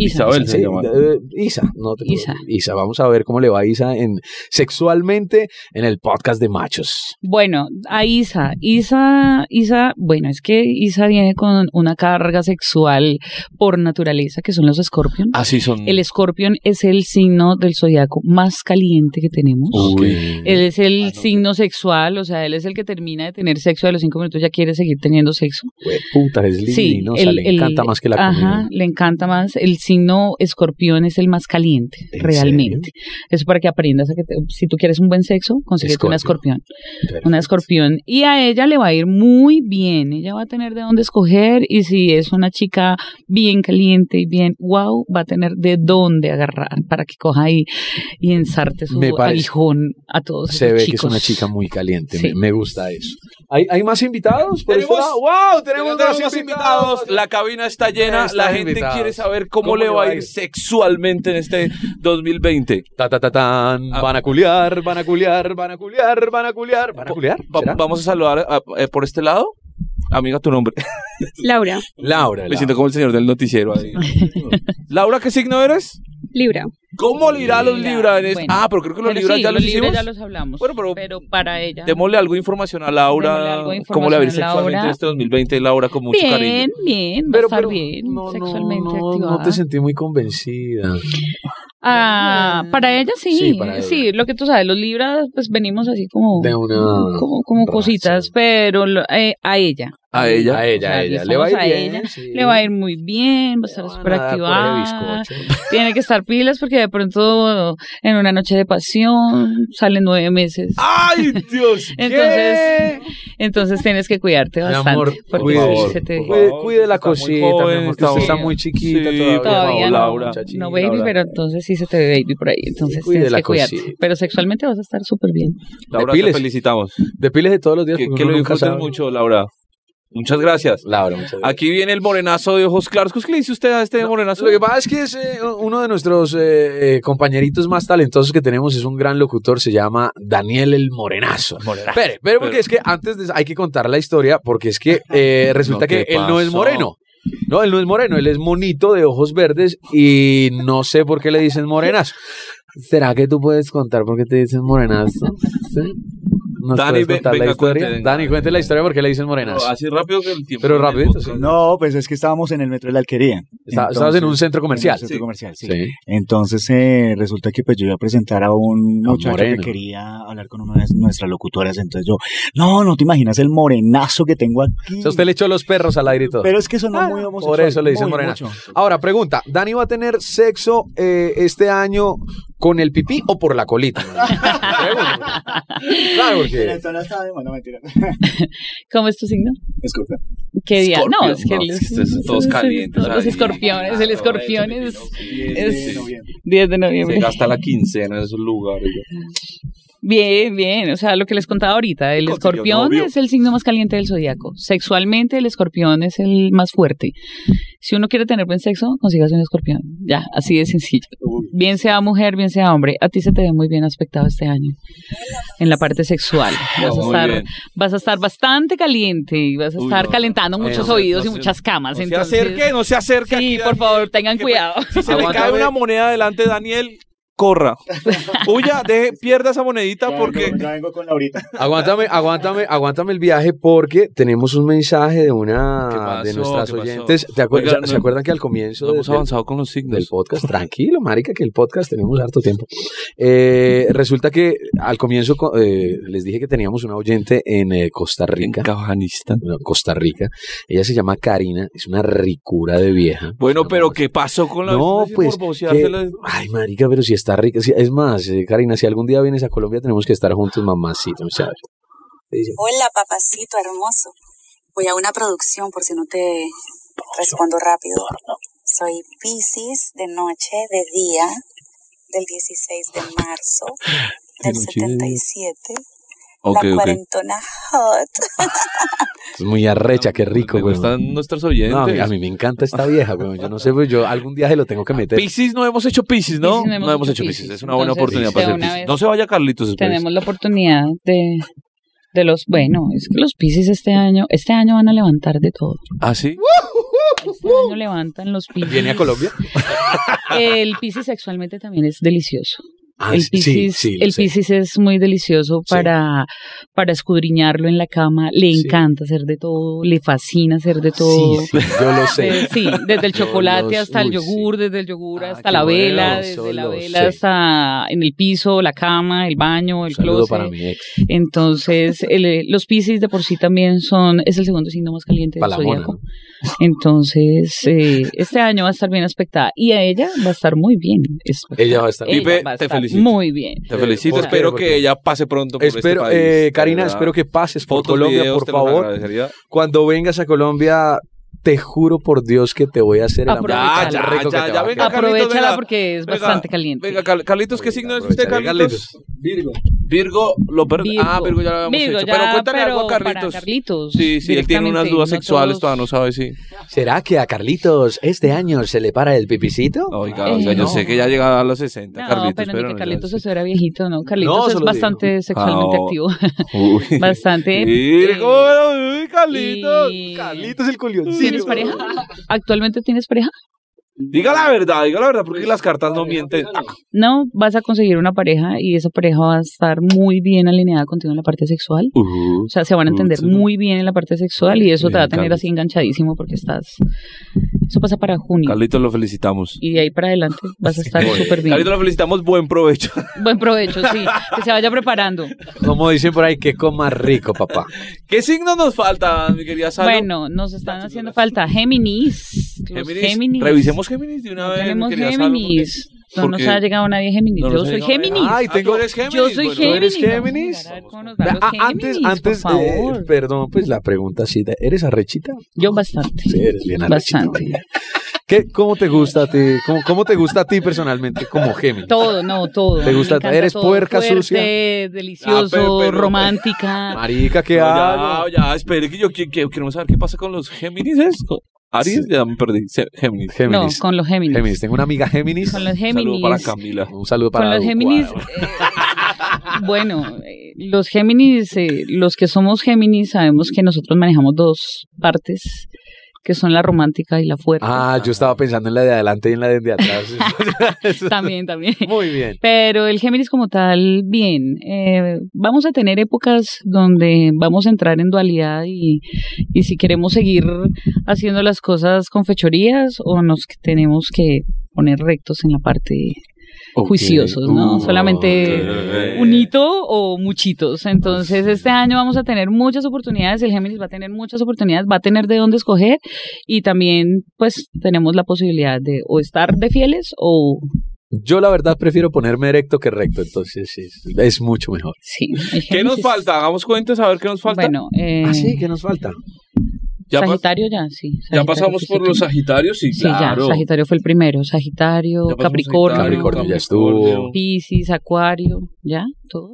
Speaker 4: Isa.
Speaker 3: Isabel se
Speaker 2: Sí,
Speaker 3: llama.
Speaker 2: eh, Isa, no te
Speaker 4: Isa.
Speaker 2: preocupes. Isa, vamos a ver cómo le va a Isa en sexualmente en el podcast de machos.
Speaker 4: Bueno, a Isa, Isa, Isa, bueno, es que Isa viene con una carga sexual por naturaleza, que son los escorpión.
Speaker 2: Ah,
Speaker 3: Así Ah, son.
Speaker 2: mm.
Speaker 4: El escorpión es el signo del zodiaco más caliente que tenemos.
Speaker 3: Uy.
Speaker 4: Él es
Speaker 2: ah,
Speaker 4: el signo sexual, o sea, él es el que termina de tener sexo a los cinco minutos, ya quiere seguir teniendo sexo.
Speaker 2: Güey, puta, es lindo,
Speaker 4: el-
Speaker 2: le
Speaker 4: el-
Speaker 2: encanta más que la
Speaker 4: Ajá,
Speaker 2: comida.
Speaker 4: le encanta más. El signo escorpión es el más caliente,
Speaker 2: ¿En
Speaker 4: realmente. Eso para que aprendas a que te- si tú quieres un buen sexo, consíguete una
Speaker 2: Escorpio.
Speaker 4: escorpión una escorpión y a ella le va a ir muy bien, ella va a tener de dónde escoger y si es una chica bien caliente y bien wow, va a tener de dónde agarrar para que coja ahí y ensarte su
Speaker 2: Me parece.
Speaker 4: aguijón a todos.
Speaker 2: Se
Speaker 4: esos
Speaker 2: ve que es
Speaker 4: chicos.
Speaker 2: una chica muy caliente,
Speaker 4: Sí.
Speaker 2: me, me gusta eso. ¿Hay, hay más invitados? por este
Speaker 3: Tenemos-
Speaker 2: lado? ¡Wow! Tenemos,
Speaker 3: Tenemos
Speaker 2: más
Speaker 3: más invitados, la cabina está llena,
Speaker 2: Están
Speaker 3: la gente
Speaker 2: invitados.
Speaker 3: quiere saber cómo, le va a ir sexualmente en este 2020.
Speaker 2: Ta, ta, ta, tan.
Speaker 3: Ah.
Speaker 2: Van a culiar, van a culiar, van a culiar, van a culiar. ¿Van a culiar?
Speaker 3: Va-
Speaker 2: ¿Será?
Speaker 3: vamos a saludar a- eh, por este lado. Amiga, tu nombre.
Speaker 10: Laura,
Speaker 2: Laura,
Speaker 3: Me siento como el señor del noticiero. ahí. Laura, ¿qué signo eres?
Speaker 10: Libra.
Speaker 3: ¿Cómo le irá a los
Speaker 4: Libra,
Speaker 3: Libra? en este-
Speaker 4: bueno.
Speaker 3: ah, pero creo que los
Speaker 4: Pero
Speaker 3: Libras
Speaker 4: sí,
Speaker 3: ya los,
Speaker 4: libros
Speaker 3: hicimos.
Speaker 4: ya los hablamos.
Speaker 3: Bueno, pero-
Speaker 4: para ella.
Speaker 3: Démosle algo de información a
Speaker 4: Démosle
Speaker 3: Laura.
Speaker 4: algo de
Speaker 3: ¿Cómo le va a ir
Speaker 4: información a
Speaker 3: sexualmente en
Speaker 4: Laura.
Speaker 3: este 2020, Laura, con mucho
Speaker 4: bien,
Speaker 3: cariño?
Speaker 4: bien, va a estar bien, sexualmente
Speaker 2: no,
Speaker 4: activada.
Speaker 2: no te sentí muy convencida.
Speaker 4: Ah, para ella sí,
Speaker 2: Sí, para ella.
Speaker 4: sí, lo que tú sabes, los libras pues venimos así como
Speaker 2: De una
Speaker 4: como, como
Speaker 2: raza.
Speaker 4: cositas, pero lo- eh, a ella.
Speaker 3: A ella.
Speaker 2: A ella, a
Speaker 4: O sea,
Speaker 2: ella.
Speaker 4: le
Speaker 2: Le va a ir
Speaker 4: estamos a
Speaker 2: bien.
Speaker 4: ella,
Speaker 2: sí.
Speaker 4: Le va a ir muy bien, va a estar
Speaker 2: Van
Speaker 4: súper
Speaker 2: a dar por
Speaker 4: activada.
Speaker 2: ese bizcocho.
Speaker 4: Tiene que estar pilas porque de pronto en una noche de pasión salen nueve meses.
Speaker 3: ¡Ay, Dios!
Speaker 4: Entonces, entonces tienes que cuidarte
Speaker 2: Mi
Speaker 4: bastante.
Speaker 2: amor,
Speaker 4: porque
Speaker 2: cuide,
Speaker 4: sí
Speaker 3: favor,
Speaker 4: se te-
Speaker 3: por favor.
Speaker 2: cuide, cuide la
Speaker 3: Está muy
Speaker 2: cosita,
Speaker 3: joven,
Speaker 2: mi amor, que
Speaker 3: está
Speaker 2: usted está
Speaker 3: muy-
Speaker 2: muy chiquita
Speaker 3: Sí,
Speaker 2: todavía.
Speaker 4: Todavía
Speaker 3: Por favor,
Speaker 4: no,
Speaker 3: Laura.
Speaker 2: muchachita.
Speaker 4: no baby,
Speaker 2: Laura.
Speaker 4: pero entonces sí se te ve baby por ahí, entonces
Speaker 2: cuide
Speaker 4: tienes
Speaker 2: la
Speaker 4: que cuidarte.
Speaker 2: cosita.
Speaker 4: Pero sexualmente vas a estar súper bien.
Speaker 3: Laura, te
Speaker 2: Depiles.
Speaker 3: felicitamos.
Speaker 2: Depiles de todos los días.
Speaker 3: Que,
Speaker 2: porque
Speaker 3: que
Speaker 2: uno
Speaker 3: lo
Speaker 2: nunca
Speaker 3: disfrutes
Speaker 2: sabe.
Speaker 3: mucho, Laura. Muchas gracias.
Speaker 2: Laura, muchas gracias.
Speaker 3: Aquí viene el morenazo de ojos claros. ¿Qué es que le dice usted a este morenazo?
Speaker 2: Lo que pasa es que es eh, uno de nuestros eh, eh, compañeritos más talentosos que tenemos es un gran locutor, se llama Daniel el Morenazo.
Speaker 3: Morenazo.
Speaker 2: Espere, pero porque es que antes de- hay que contar la historia, porque es que eh, resulta
Speaker 3: No,
Speaker 2: que
Speaker 3: ¿qué
Speaker 2: él no es
Speaker 3: pasó?
Speaker 2: moreno. No, él no es moreno, él es monito de ojos verdes y no sé por qué le dicen morenazo. ¿Será que tú puedes contar por qué te dicen morenazo? ¿Sí? ¿Nos
Speaker 3: Dani,
Speaker 2: puedes
Speaker 3: ve-
Speaker 2: contar la
Speaker 3: venga,
Speaker 2: historia? Oh,
Speaker 3: cuente, venga.
Speaker 2: Dani, cuente la historia porque le dicen morenazo.
Speaker 3: Así rápido que el tiempo.
Speaker 2: Pero rapidito,
Speaker 3: Sí.
Speaker 2: sí.
Speaker 9: No, pues es que estábamos en el metro de la alquería.
Speaker 2: Está-
Speaker 9: Entonces-
Speaker 2: estabas en un centro
Speaker 9: en
Speaker 2: comercial.
Speaker 9: un centro comercial, sí.
Speaker 2: Sí.
Speaker 9: Entonces eh, resulta que pues yo iba a presentar a un
Speaker 2: A
Speaker 9: muchacho que
Speaker 2: Moreno.
Speaker 9: quería hablar con una de nuestras locutoras. Entonces yo, no, no te imaginas el morenazo que tengo aquí.
Speaker 2: O sea, usted le echó los perros al aire y todo.
Speaker 9: Pero es que son
Speaker 2: Ah,
Speaker 9: muy homosexual.
Speaker 2: por eso le dicen Ah,
Speaker 9: muy
Speaker 2: morenazo.
Speaker 9: mucho.
Speaker 2: Ahora, pregunta, ¿Dani va a tener sexo eh, este año con el pipí o por la colita? Pregunto. claro,
Speaker 9: Mira,
Speaker 2: porque...
Speaker 9: esto no está bien, bueno, mentira.
Speaker 4: ¿Cómo es tu signo?
Speaker 9: Disculpa.
Speaker 4: ¿Qué día?
Speaker 3: Scorpio,
Speaker 4: no, es que
Speaker 3: no,
Speaker 4: el-
Speaker 3: es que ustedes son todos
Speaker 4: es- es-
Speaker 3: calientes
Speaker 4: Los
Speaker 3: ahí. Ah,
Speaker 4: escorpiones, el escorpión es Es-
Speaker 9: De noviembre.
Speaker 4: 10 de noviembre.
Speaker 3: Se gasta la quincena en esos lugares.
Speaker 4: Bien, bien. O sea, lo que les contaba ahorita, el
Speaker 3: Consiguió
Speaker 4: escorpión
Speaker 3: novio.
Speaker 4: es el signo más caliente del zodiaco. Sexualmente, el escorpión es el más fuerte. Si uno quiere tener buen sexo, consigas un escorpión. Ya, así de sencillo. Bien sea mujer, bien sea hombre. A ti se te ve muy bien aspectado este año. En la parte sexual. Vas a
Speaker 3: Ah, Muy
Speaker 4: estar,
Speaker 3: bien.
Speaker 4: vas a estar bastante caliente y vas a
Speaker 3: Uy,
Speaker 4: estar
Speaker 3: no.
Speaker 4: calentando
Speaker 3: Ay,
Speaker 4: muchos
Speaker 3: no,
Speaker 4: oídos
Speaker 3: no
Speaker 4: y
Speaker 3: se-
Speaker 4: muchas
Speaker 3: No
Speaker 4: camas.
Speaker 3: se
Speaker 4: entonces,
Speaker 3: acerque, no se acerque.
Speaker 4: sí,
Speaker 3: aquí,
Speaker 4: por
Speaker 3: Dani.
Speaker 4: favor, tengan
Speaker 3: que-
Speaker 4: cuidado.
Speaker 3: Si se le cae
Speaker 2: Aguántame.
Speaker 3: una moneda delante de Daniel, corra. Huya, deje, pierda esa monedita porque...
Speaker 9: Ya vengo con Laurita.
Speaker 2: Aguántame, aguántame, aguántame el viaje porque tenemos un mensaje de una
Speaker 3: ¿Qué pasó?
Speaker 2: de nuestras
Speaker 3: ¿Qué pasó?
Speaker 2: oyentes. ¿Te acuer-
Speaker 3: Oigan,
Speaker 2: ¿Se
Speaker 3: no-
Speaker 2: acuerdan que al comienzo
Speaker 3: No
Speaker 2: de-
Speaker 3: hemos
Speaker 2: del-
Speaker 3: avanzado con los
Speaker 2: del
Speaker 3: signos.
Speaker 2: podcast? Tranquilo, marica, que el podcast tenemos harto tiempo. Eh, resulta que al comienzo co- eh, les dije que teníamos una oyente en eh, Costa
Speaker 3: En
Speaker 2: Rica.
Speaker 3: Afganistán.
Speaker 2: bueno, Costa Rica. Ella se llama Karina, es una ricura de vieja.
Speaker 3: Bueno,
Speaker 2: Una
Speaker 3: pero
Speaker 2: morsa.
Speaker 3: ¿qué pasó con la
Speaker 2: No,
Speaker 3: vecina
Speaker 2: pues,
Speaker 3: por voceársela?
Speaker 2: que- ay, marica, pero si está rica. si- es más, eh, Karina, si algún día vienes a Colombia, tenemos que estar juntos, mamacita, ¿sabes? Dice,
Speaker 10: Hola, papacito hermoso. Voy a una producción por si no te respondo rápido. Soy Pisces de noche, de día, del 16 de marzo del
Speaker 3: De noche, de día.
Speaker 10: 77.
Speaker 3: Ok,
Speaker 10: la
Speaker 3: ok.
Speaker 10: cuarentona hot.
Speaker 2: Es muy arrecha, qué rico,
Speaker 3: Me
Speaker 2: güey.
Speaker 3: gustan nuestros
Speaker 2: No, a, mí, a
Speaker 3: oyentes.
Speaker 2: mí me encanta esta vieja, güey. Yo no sé, güey, yo algún día se lo
Speaker 3: Ah,
Speaker 2: tengo que meter.
Speaker 3: Piscis no hemos hecho Piscis, ¿no? No hemos hecho Piscis. Es una buena
Speaker 4: Entonces,
Speaker 3: oportunidad
Speaker 4: de
Speaker 3: para hacer
Speaker 4: una
Speaker 3: Piscis.
Speaker 4: vez
Speaker 3: No se vaya Carlitos. espérese.
Speaker 4: Tenemos la oportunidad de, de los, bueno, es que los Pisces este año, este año van a levantar de todo.
Speaker 3: ¿Ah, sí?
Speaker 4: Este año levantan los Pisces.
Speaker 2: Uh-huh. ¿Viene a Colombia?
Speaker 4: El Pisces sexualmente también es delicioso.
Speaker 2: Ah,
Speaker 4: el
Speaker 2: sí,
Speaker 4: Piscis,
Speaker 2: sí,
Speaker 4: el
Speaker 2: sí.
Speaker 4: Piscis es muy delicioso
Speaker 2: Sí.
Speaker 4: para, para escudriñarlo en la cama. Le
Speaker 2: Sí.
Speaker 4: encanta hacer de todo, le fascina hacer de todo.
Speaker 2: Sí, sí, yo lo sé.
Speaker 4: Eh, sí, desde el
Speaker 2: Yo
Speaker 4: chocolate
Speaker 2: los-
Speaker 4: hasta el
Speaker 2: uy, sí.
Speaker 4: yogur, desde el yogur
Speaker 2: Ah,
Speaker 4: hasta
Speaker 2: qué
Speaker 4: la
Speaker 2: bueno,
Speaker 4: vela,
Speaker 2: eso
Speaker 4: desde la
Speaker 2: lo
Speaker 4: vela
Speaker 2: sé.
Speaker 4: hasta en el piso, la cama, el baño, el
Speaker 2: Saludo
Speaker 4: closet.
Speaker 2: para mi ex.
Speaker 4: Entonces, el, eh, los Piscis de por sí también son, es el segundo signo más caliente del
Speaker 2: Palamona.
Speaker 4: zodiaco. Entonces, eh, este año va a estar bien aspectada y a ella va a estar muy bien. aspectada.
Speaker 2: Ella va a estar.
Speaker 4: Ella
Speaker 3: Pipe,
Speaker 4: va a
Speaker 3: te
Speaker 4: estar
Speaker 3: felicito.
Speaker 4: Muy bien.
Speaker 3: Te felicito.
Speaker 2: ¿Por qué?
Speaker 3: espero
Speaker 2: ¿Por
Speaker 3: que
Speaker 2: qué?
Speaker 3: ella pase pronto por
Speaker 2: Espero,
Speaker 3: este país.
Speaker 2: eh,
Speaker 3: de
Speaker 2: Karina,
Speaker 3: verdad.
Speaker 2: espero que pases por
Speaker 3: Fotos,
Speaker 2: Colombia,
Speaker 3: videos,
Speaker 2: por
Speaker 3: te los
Speaker 2: favor.
Speaker 3: agradecería.
Speaker 2: Cuando vengas a Colombia, te juro por Dios que te voy a hacer el amor. tan
Speaker 4: Aprovechala.
Speaker 2: rico que
Speaker 3: Ah, Ya, ya,
Speaker 2: te
Speaker 3: ya,
Speaker 2: va a
Speaker 3: venga,
Speaker 2: quedar.
Speaker 3: Carlitos,
Speaker 4: Aprovechala
Speaker 3: venga.
Speaker 4: porque es
Speaker 3: Venga,
Speaker 4: bastante caliente.
Speaker 3: Venga, Cal- Carlitos, ¿qué
Speaker 2: Venga,
Speaker 3: signo es usted,
Speaker 2: aprovecharé,
Speaker 3: Carlitos? Virgo. Virgo, lo per-
Speaker 4: Virgo.
Speaker 3: Ah, Virgo ya lo habíamos
Speaker 4: Virgo,
Speaker 3: hecho.
Speaker 4: ya,
Speaker 3: pero cuéntale algo a
Speaker 4: pero para
Speaker 3: Carlitos.
Speaker 4: Carlitos,
Speaker 3: Sí, sí, él tiene unas
Speaker 4: directamente,
Speaker 3: dudas
Speaker 4: no
Speaker 3: sexuales,
Speaker 4: todos-
Speaker 3: todavía no sabe si.
Speaker 2: ¿Será que a Carlitos este año se le para el pipicito?
Speaker 3: Oiga,
Speaker 4: Eh,
Speaker 3: oiga, yo
Speaker 4: no.
Speaker 3: sé que ya llegaba a los 60,
Speaker 4: No,
Speaker 3: Carlitos,
Speaker 4: pero,
Speaker 3: pero
Speaker 4: ni
Speaker 3: no,
Speaker 4: que
Speaker 3: ya
Speaker 4: Carlitos
Speaker 3: sé.
Speaker 4: eso era viejito, ¿no? Carlitos
Speaker 2: se
Speaker 4: es
Speaker 2: lo
Speaker 4: bastante sexualmente
Speaker 3: Ah,
Speaker 4: activo.
Speaker 3: Uy.
Speaker 4: bastante.
Speaker 3: Virgo,
Speaker 4: eh,
Speaker 3: uy, Carlitos.
Speaker 2: el
Speaker 4: y- ¿Tienes pareja? ¿Actualmente tienes pareja?
Speaker 3: Diga la verdad, diga la verdad, porque las cartas no mienten.
Speaker 4: No, vas a conseguir una pareja y esa pareja va a estar muy bien alineada contigo en la parte sexual.
Speaker 3: Uh,
Speaker 4: O sea, se van a entender
Speaker 3: Sí.
Speaker 4: muy bien en la parte sexual y eso te
Speaker 3: Bien,
Speaker 4: va a tener
Speaker 3: Carlos.
Speaker 4: así enganchadísimo porque estás... Eso pasa para junio.
Speaker 3: Carlitos, lo felicitamos.
Speaker 4: Y de ahí para adelante vas a estar súper bien.
Speaker 3: Carlitos, lo felicitamos. Buen provecho.
Speaker 4: Buen provecho, sí. Que se vaya preparando.
Speaker 2: Como dicen por ahí, que coma rico, papá.
Speaker 3: ¿Qué signo nos falta, mi querida Salo?
Speaker 4: Bueno, nos están haciendo falta Géminis. Los
Speaker 3: Géminis.
Speaker 4: Géminis.
Speaker 3: Revisemos Géminis de una
Speaker 4: No
Speaker 3: vez. mi
Speaker 4: tenemos
Speaker 3: querida Salo, porque-
Speaker 4: Géminis. No
Speaker 3: ¿Por
Speaker 4: nos
Speaker 3: qué?
Speaker 4: ha llegado nadie Géminis.
Speaker 3: No nos
Speaker 4: Yo
Speaker 3: ha
Speaker 4: soy
Speaker 3: llegado nadie.
Speaker 4: Géminis.
Speaker 2: Ay,
Speaker 3: Ah,
Speaker 2: tengo-
Speaker 3: tú eres Géminis.
Speaker 4: Yo soy
Speaker 3: Bueno,
Speaker 2: ¿tú
Speaker 4: Géminis.
Speaker 2: eres Géminis?
Speaker 4: Vamos a mirar cómo nos
Speaker 2: Ah,
Speaker 4: van los
Speaker 2: ah, antes,
Speaker 4: Géminis,
Speaker 2: antes,
Speaker 4: por
Speaker 2: eh,
Speaker 4: favor.
Speaker 2: perdón, pues la pregunta sí, ¿eres arrechita?
Speaker 4: Yo bastante.
Speaker 2: Sí, eres bien arrechita.
Speaker 4: bastante.
Speaker 2: María. ¿Qué, ¿Cómo te gusta a ti? ¿Cómo, cómo te gusta a ti personalmente como Géminis?
Speaker 4: Todo, no, todo.
Speaker 2: ¿Te gusta?
Speaker 4: Me encanta
Speaker 2: ¿Eres
Speaker 4: todo.
Speaker 2: puerca,
Speaker 4: Fuerte,
Speaker 2: sucia?
Speaker 4: delicioso,
Speaker 3: Ah, pero- pero-
Speaker 4: romántica.
Speaker 2: Marica, ¿qué
Speaker 3: No,
Speaker 2: hago?
Speaker 3: ya, ya, espere que yo que- que- queremos saber qué pasa con los Géminis. ¿es? Con- Aries, ya me perdí. Se- Géminis.
Speaker 4: No,
Speaker 2: Géminis.
Speaker 4: con los Géminis.
Speaker 2: Géminis. Tengo una amiga Géminis.
Speaker 4: Con los
Speaker 3: Saludo para
Speaker 4: Géminis.
Speaker 3: Camila.
Speaker 2: Un saludo para
Speaker 4: Con los
Speaker 2: Duco,
Speaker 4: Géminis.
Speaker 2: ah, bueno.
Speaker 4: eh, bueno, eh, los Géminis, eh, los que somos Géminis, sabemos que nosotros manejamos dos partes, que son la romántica y la fuerte.
Speaker 2: Ah, yo estaba pensando en la de adelante y en la de, de atrás.
Speaker 4: También, también.
Speaker 2: Muy bien.
Speaker 4: Pero el Géminis como tal, bien, eh, vamos a tener épocas donde vamos a entrar en dualidad y, y si queremos seguir haciendo las cosas con fechorías o nos que- tenemos que poner rectos en la parte juiciosos, ¿no? Solamente
Speaker 3: ok.
Speaker 4: un hito o muchitos. Entonces, este año vamos a tener muchas oportunidades, el Géminis va a tener muchas oportunidades, va a tener de dónde escoger y también pues tenemos la posibilidad de o estar de fieles o
Speaker 2: Yo la verdad prefiero ponerme erecto que recto, entonces sí, es, es mucho mejor.
Speaker 4: sí. el
Speaker 3: ¿Qué nos
Speaker 4: Géminis-
Speaker 3: falta? Hagamos cuentas a ver qué nos falta.
Speaker 4: Bueno, eh,
Speaker 2: Ah, sí, ¿qué nos falta?
Speaker 3: ya, pas-
Speaker 4: Sagitario ya, sí.
Speaker 3: ya
Speaker 4: Sagitario,
Speaker 3: pasamos
Speaker 4: sí,
Speaker 3: por
Speaker 4: sí,
Speaker 3: los
Speaker 4: sí.
Speaker 3: Sagitarios, sí,
Speaker 4: Sí,
Speaker 3: claro.
Speaker 4: ya, Sagitario fue el primero, Sagitario,
Speaker 3: Ya pasamos
Speaker 4: Capricornio,
Speaker 2: Sagitario, Capricornio, ya estuvo.
Speaker 4: Piscis, Acuario, ya, todos.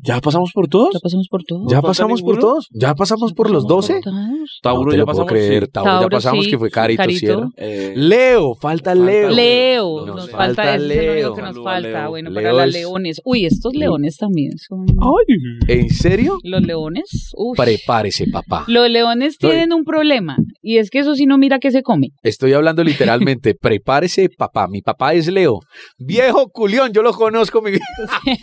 Speaker 3: ¿Ya pasamos por todos?
Speaker 4: ¿Ya pasamos por todo?
Speaker 2: ¿Ya
Speaker 3: falta
Speaker 2: pasamos por
Speaker 3: ninguno?
Speaker 2: todos? ¿Ya pasamos por los 12?
Speaker 4: Todos.
Speaker 3: Tauro,
Speaker 2: no te
Speaker 3: ya
Speaker 2: lo puedo
Speaker 3: pasamos.
Speaker 2: creer.
Speaker 3: sí.
Speaker 2: Tauro, ya
Speaker 4: Tauro,
Speaker 2: pasamos
Speaker 4: sí.
Speaker 2: que fue Carito,
Speaker 4: Carito.
Speaker 2: ¿cierto?
Speaker 3: Eh,
Speaker 2: Leo, falta Leo.
Speaker 4: Leo,
Speaker 3: Nos
Speaker 4: nos,
Speaker 3: falta
Speaker 4: falta, ese es el único
Speaker 2: Leo.
Speaker 4: que nos
Speaker 3: Saluda a
Speaker 4: falta.
Speaker 3: Leo.
Speaker 4: Bueno,
Speaker 2: Leo
Speaker 4: para las
Speaker 2: es-
Speaker 4: leones. Uy, estos leones también son.
Speaker 2: Oh. ¿En serio?
Speaker 4: Los leones. Uy.
Speaker 2: Prepárese, papá.
Speaker 4: Los leones
Speaker 2: Soy-
Speaker 4: tienen un problema. Y es que eso sí no mira que se come.
Speaker 2: Estoy hablando literalmente. Prepárese, papá. Mi papá es Leo. Viejo culión, yo lo conozco. Mi, vie-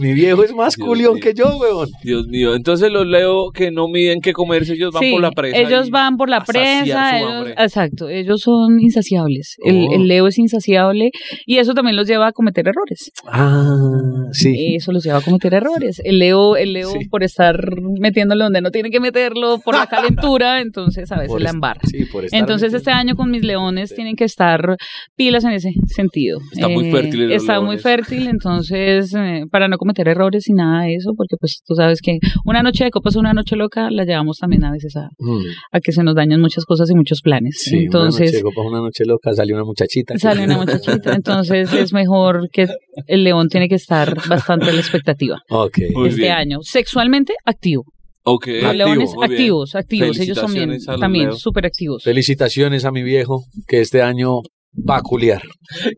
Speaker 2: mi viejo es más
Speaker 3: Dios
Speaker 2: culión
Speaker 3: mío.
Speaker 2: que yo, weón.
Speaker 3: Dios mío. Entonces los leo que no miden qué comerse, ellos van
Speaker 4: Sí,
Speaker 3: por la presa.
Speaker 4: Ellos
Speaker 3: y-
Speaker 4: van por la
Speaker 3: a saciar su
Speaker 4: presa. ellos-
Speaker 3: hambre.
Speaker 4: exacto. Ellos son insaciables. El,
Speaker 2: Oh.
Speaker 4: el Leo es insaciable y eso también los lleva a cometer errores.
Speaker 2: Ah, sí.
Speaker 4: Eso los lleva a cometer errores. El Leo, el Leo
Speaker 2: Sí.
Speaker 4: por estar metiéndolo donde no tiene que meterlo, por la calentura, entonces a veces
Speaker 2: Por
Speaker 4: la
Speaker 2: est-
Speaker 4: embarra.
Speaker 2: Sí, por estar
Speaker 4: Entonces este año con mis leones tienen que estar pilas en ese sentido. Eh,
Speaker 3: Está muy fértiles los
Speaker 4: Está muy
Speaker 3: leones.
Speaker 4: fértil, entonces eh, para no cometer errores y nada de eso, porque pues tú sabes que una noche de copas, una noche loca, la llevamos también a veces a,
Speaker 2: Mm,
Speaker 4: a que se nos dañan muchas cosas y muchos planes.
Speaker 2: sí,
Speaker 4: entonces
Speaker 2: una noche, copa, una noche loca salió una muchachita.
Speaker 4: sale una muchachita, entonces es mejor que el león tiene que estar bastante a la expectativa
Speaker 2: Ok.
Speaker 3: Muy
Speaker 4: este
Speaker 3: bien.
Speaker 4: año. Sexualmente activo.
Speaker 3: Ok.
Speaker 4: Los leones
Speaker 3: muy bien.
Speaker 4: activos, activos, ellos también,
Speaker 3: Felicitaciones a los
Speaker 4: también
Speaker 3: Leo.
Speaker 4: súper activos.
Speaker 2: Felicitaciones a mi viejo, que este año va a culiar.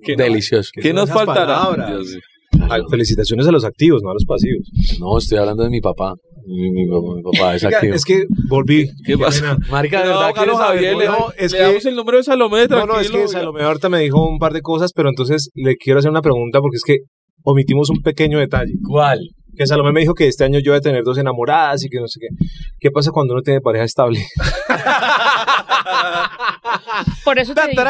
Speaker 3: Que no-
Speaker 2: Delicioso.
Speaker 3: ¿Qué
Speaker 6: son
Speaker 3: nos
Speaker 6: esas
Speaker 3: faltará?
Speaker 6: palabras?
Speaker 3: Dios mío.
Speaker 6: Ay, felicitaciones a los activos, no a los pasivos.
Speaker 2: No, estoy hablando de mi papá. Mi, mi papá- mi papá es
Speaker 6: Oiga,
Speaker 2: activo.
Speaker 6: es que volví.
Speaker 3: ¿Qué pasa?
Speaker 2: Marica, de
Speaker 3: No,
Speaker 2: verdad, ¿quieres
Speaker 3: Carlos
Speaker 2: saber?
Speaker 3: Javier, le,
Speaker 6: No, es
Speaker 3: le
Speaker 6: que-
Speaker 3: damos el número de Salomé,
Speaker 6: No,
Speaker 3: tranquilo.
Speaker 6: no, es que
Speaker 3: oiga.
Speaker 6: Salomé ahorita me dijo un par de cosas, pero entonces le quiero hacer una pregunta porque es que omitimos un pequeño detalle.
Speaker 2: ¿Cuál?
Speaker 6: Que Salomé me dijo que este año yo voy a tener dos enamoradas y que no sé qué. ¿Qué pasa cuando uno tiene pareja estable?
Speaker 4: Por eso te digo,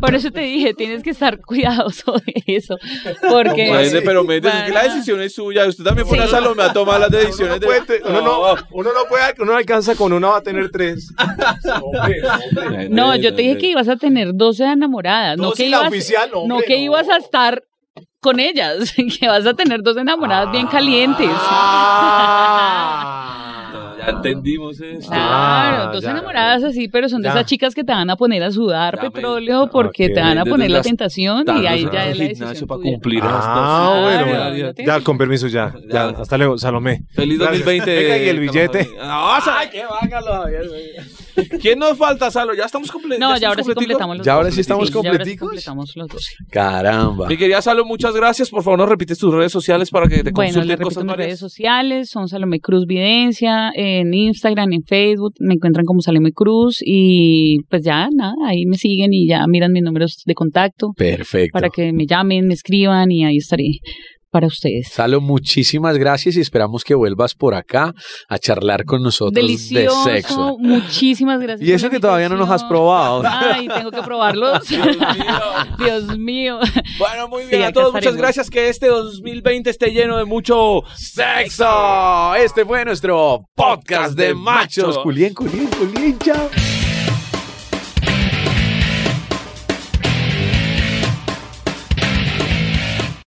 Speaker 4: por eso te dije, tienes que estar cuidadoso de eso, porque
Speaker 3: Imagínese, pero me dice
Speaker 4: van
Speaker 3: que la
Speaker 4: a-
Speaker 3: decisión es suya. Usted también pone
Speaker 4: Sí.
Speaker 3: a Salomé a tomar las decisiones. de-
Speaker 6: Uno no, uno no puede, uno no alcanza con una va a tener tres.
Speaker 4: No, yo te dije que ibas a tener 12 enamoradas, no
Speaker 6: Dos
Speaker 4: que
Speaker 6: y la
Speaker 4: ibas,
Speaker 6: oficial, no,
Speaker 4: no
Speaker 6: hombre,
Speaker 4: que
Speaker 6: no.
Speaker 4: ibas a estar con ellas, que vas a tener dos enamoradas bien calientes.
Speaker 6: Ah.
Speaker 3: Ya entendimos eso.
Speaker 6: Ah,
Speaker 4: Claro, dos
Speaker 6: ya,
Speaker 4: enamoradas así, pero son de
Speaker 6: Ya.
Speaker 4: esas chicas que te van a poner a sudar
Speaker 3: Ya me-
Speaker 4: petróleo porque
Speaker 6: Ok.
Speaker 4: te van a
Speaker 3: Desde
Speaker 4: poner la
Speaker 3: las
Speaker 4: tentación y ahí ya es la
Speaker 3: gimnasio
Speaker 4: decisión
Speaker 3: para
Speaker 4: tuya.
Speaker 3: cumplir.
Speaker 6: Ah,
Speaker 3: las dos.
Speaker 6: bueno,
Speaker 4: Claro,
Speaker 6: bueno.
Speaker 4: no tiene-
Speaker 6: ya, con permiso, ya, ya,
Speaker 3: Ya.
Speaker 6: hasta luego, Salomé.
Speaker 3: Feliz
Speaker 6: Gracias.
Speaker 3: 2020.
Speaker 6: Venga, y el billete.
Speaker 3: No, Sal-
Speaker 7: qué bácalo, Javier.
Speaker 3: ¿Quién nos falta, Salo? Ya estamos completando.
Speaker 4: No, ya ahora sí completamos los
Speaker 2: ¿Ya ahora
Speaker 4: doce.
Speaker 2: sí estamos
Speaker 4: ya ahora sí
Speaker 2: completicos?
Speaker 4: completamos los doce.
Speaker 2: Caramba.
Speaker 3: Mi querida Salo, muchas gracias. Por favor, nos repites tus redes sociales para que te
Speaker 4: Bueno, les
Speaker 3: consulten
Speaker 4: repito
Speaker 3: cosas
Speaker 4: mis redes
Speaker 3: varias.
Speaker 4: sociales, son Salome Cruz Videncia, en Instagram, en Facebook, me encuentran como Salome Cruz y pues ya, nada, ahí me siguen y ya miran mis números de contacto
Speaker 2: Perfecto.
Speaker 4: para que me llamen, me escriban y ahí estaré para ustedes.
Speaker 2: Salo, muchísimas gracias y esperamos que vuelvas por acá a charlar con nosotros
Speaker 4: Delicioso,
Speaker 2: de sexo.
Speaker 4: muchísimas gracias.
Speaker 2: Y eso que todavía no nos has probado.
Speaker 4: Ay, tengo que probarlos. Dios mío.
Speaker 3: Bueno, muy
Speaker 4: Sí,
Speaker 3: bien a
Speaker 4: acá
Speaker 3: todos. Muchas
Speaker 4: estaremos.
Speaker 3: gracias. Que este 2020 esté lleno de mucho
Speaker 2: ¡Sexo! Este fue nuestro podcast de machos. Culien, culien, culien, chao.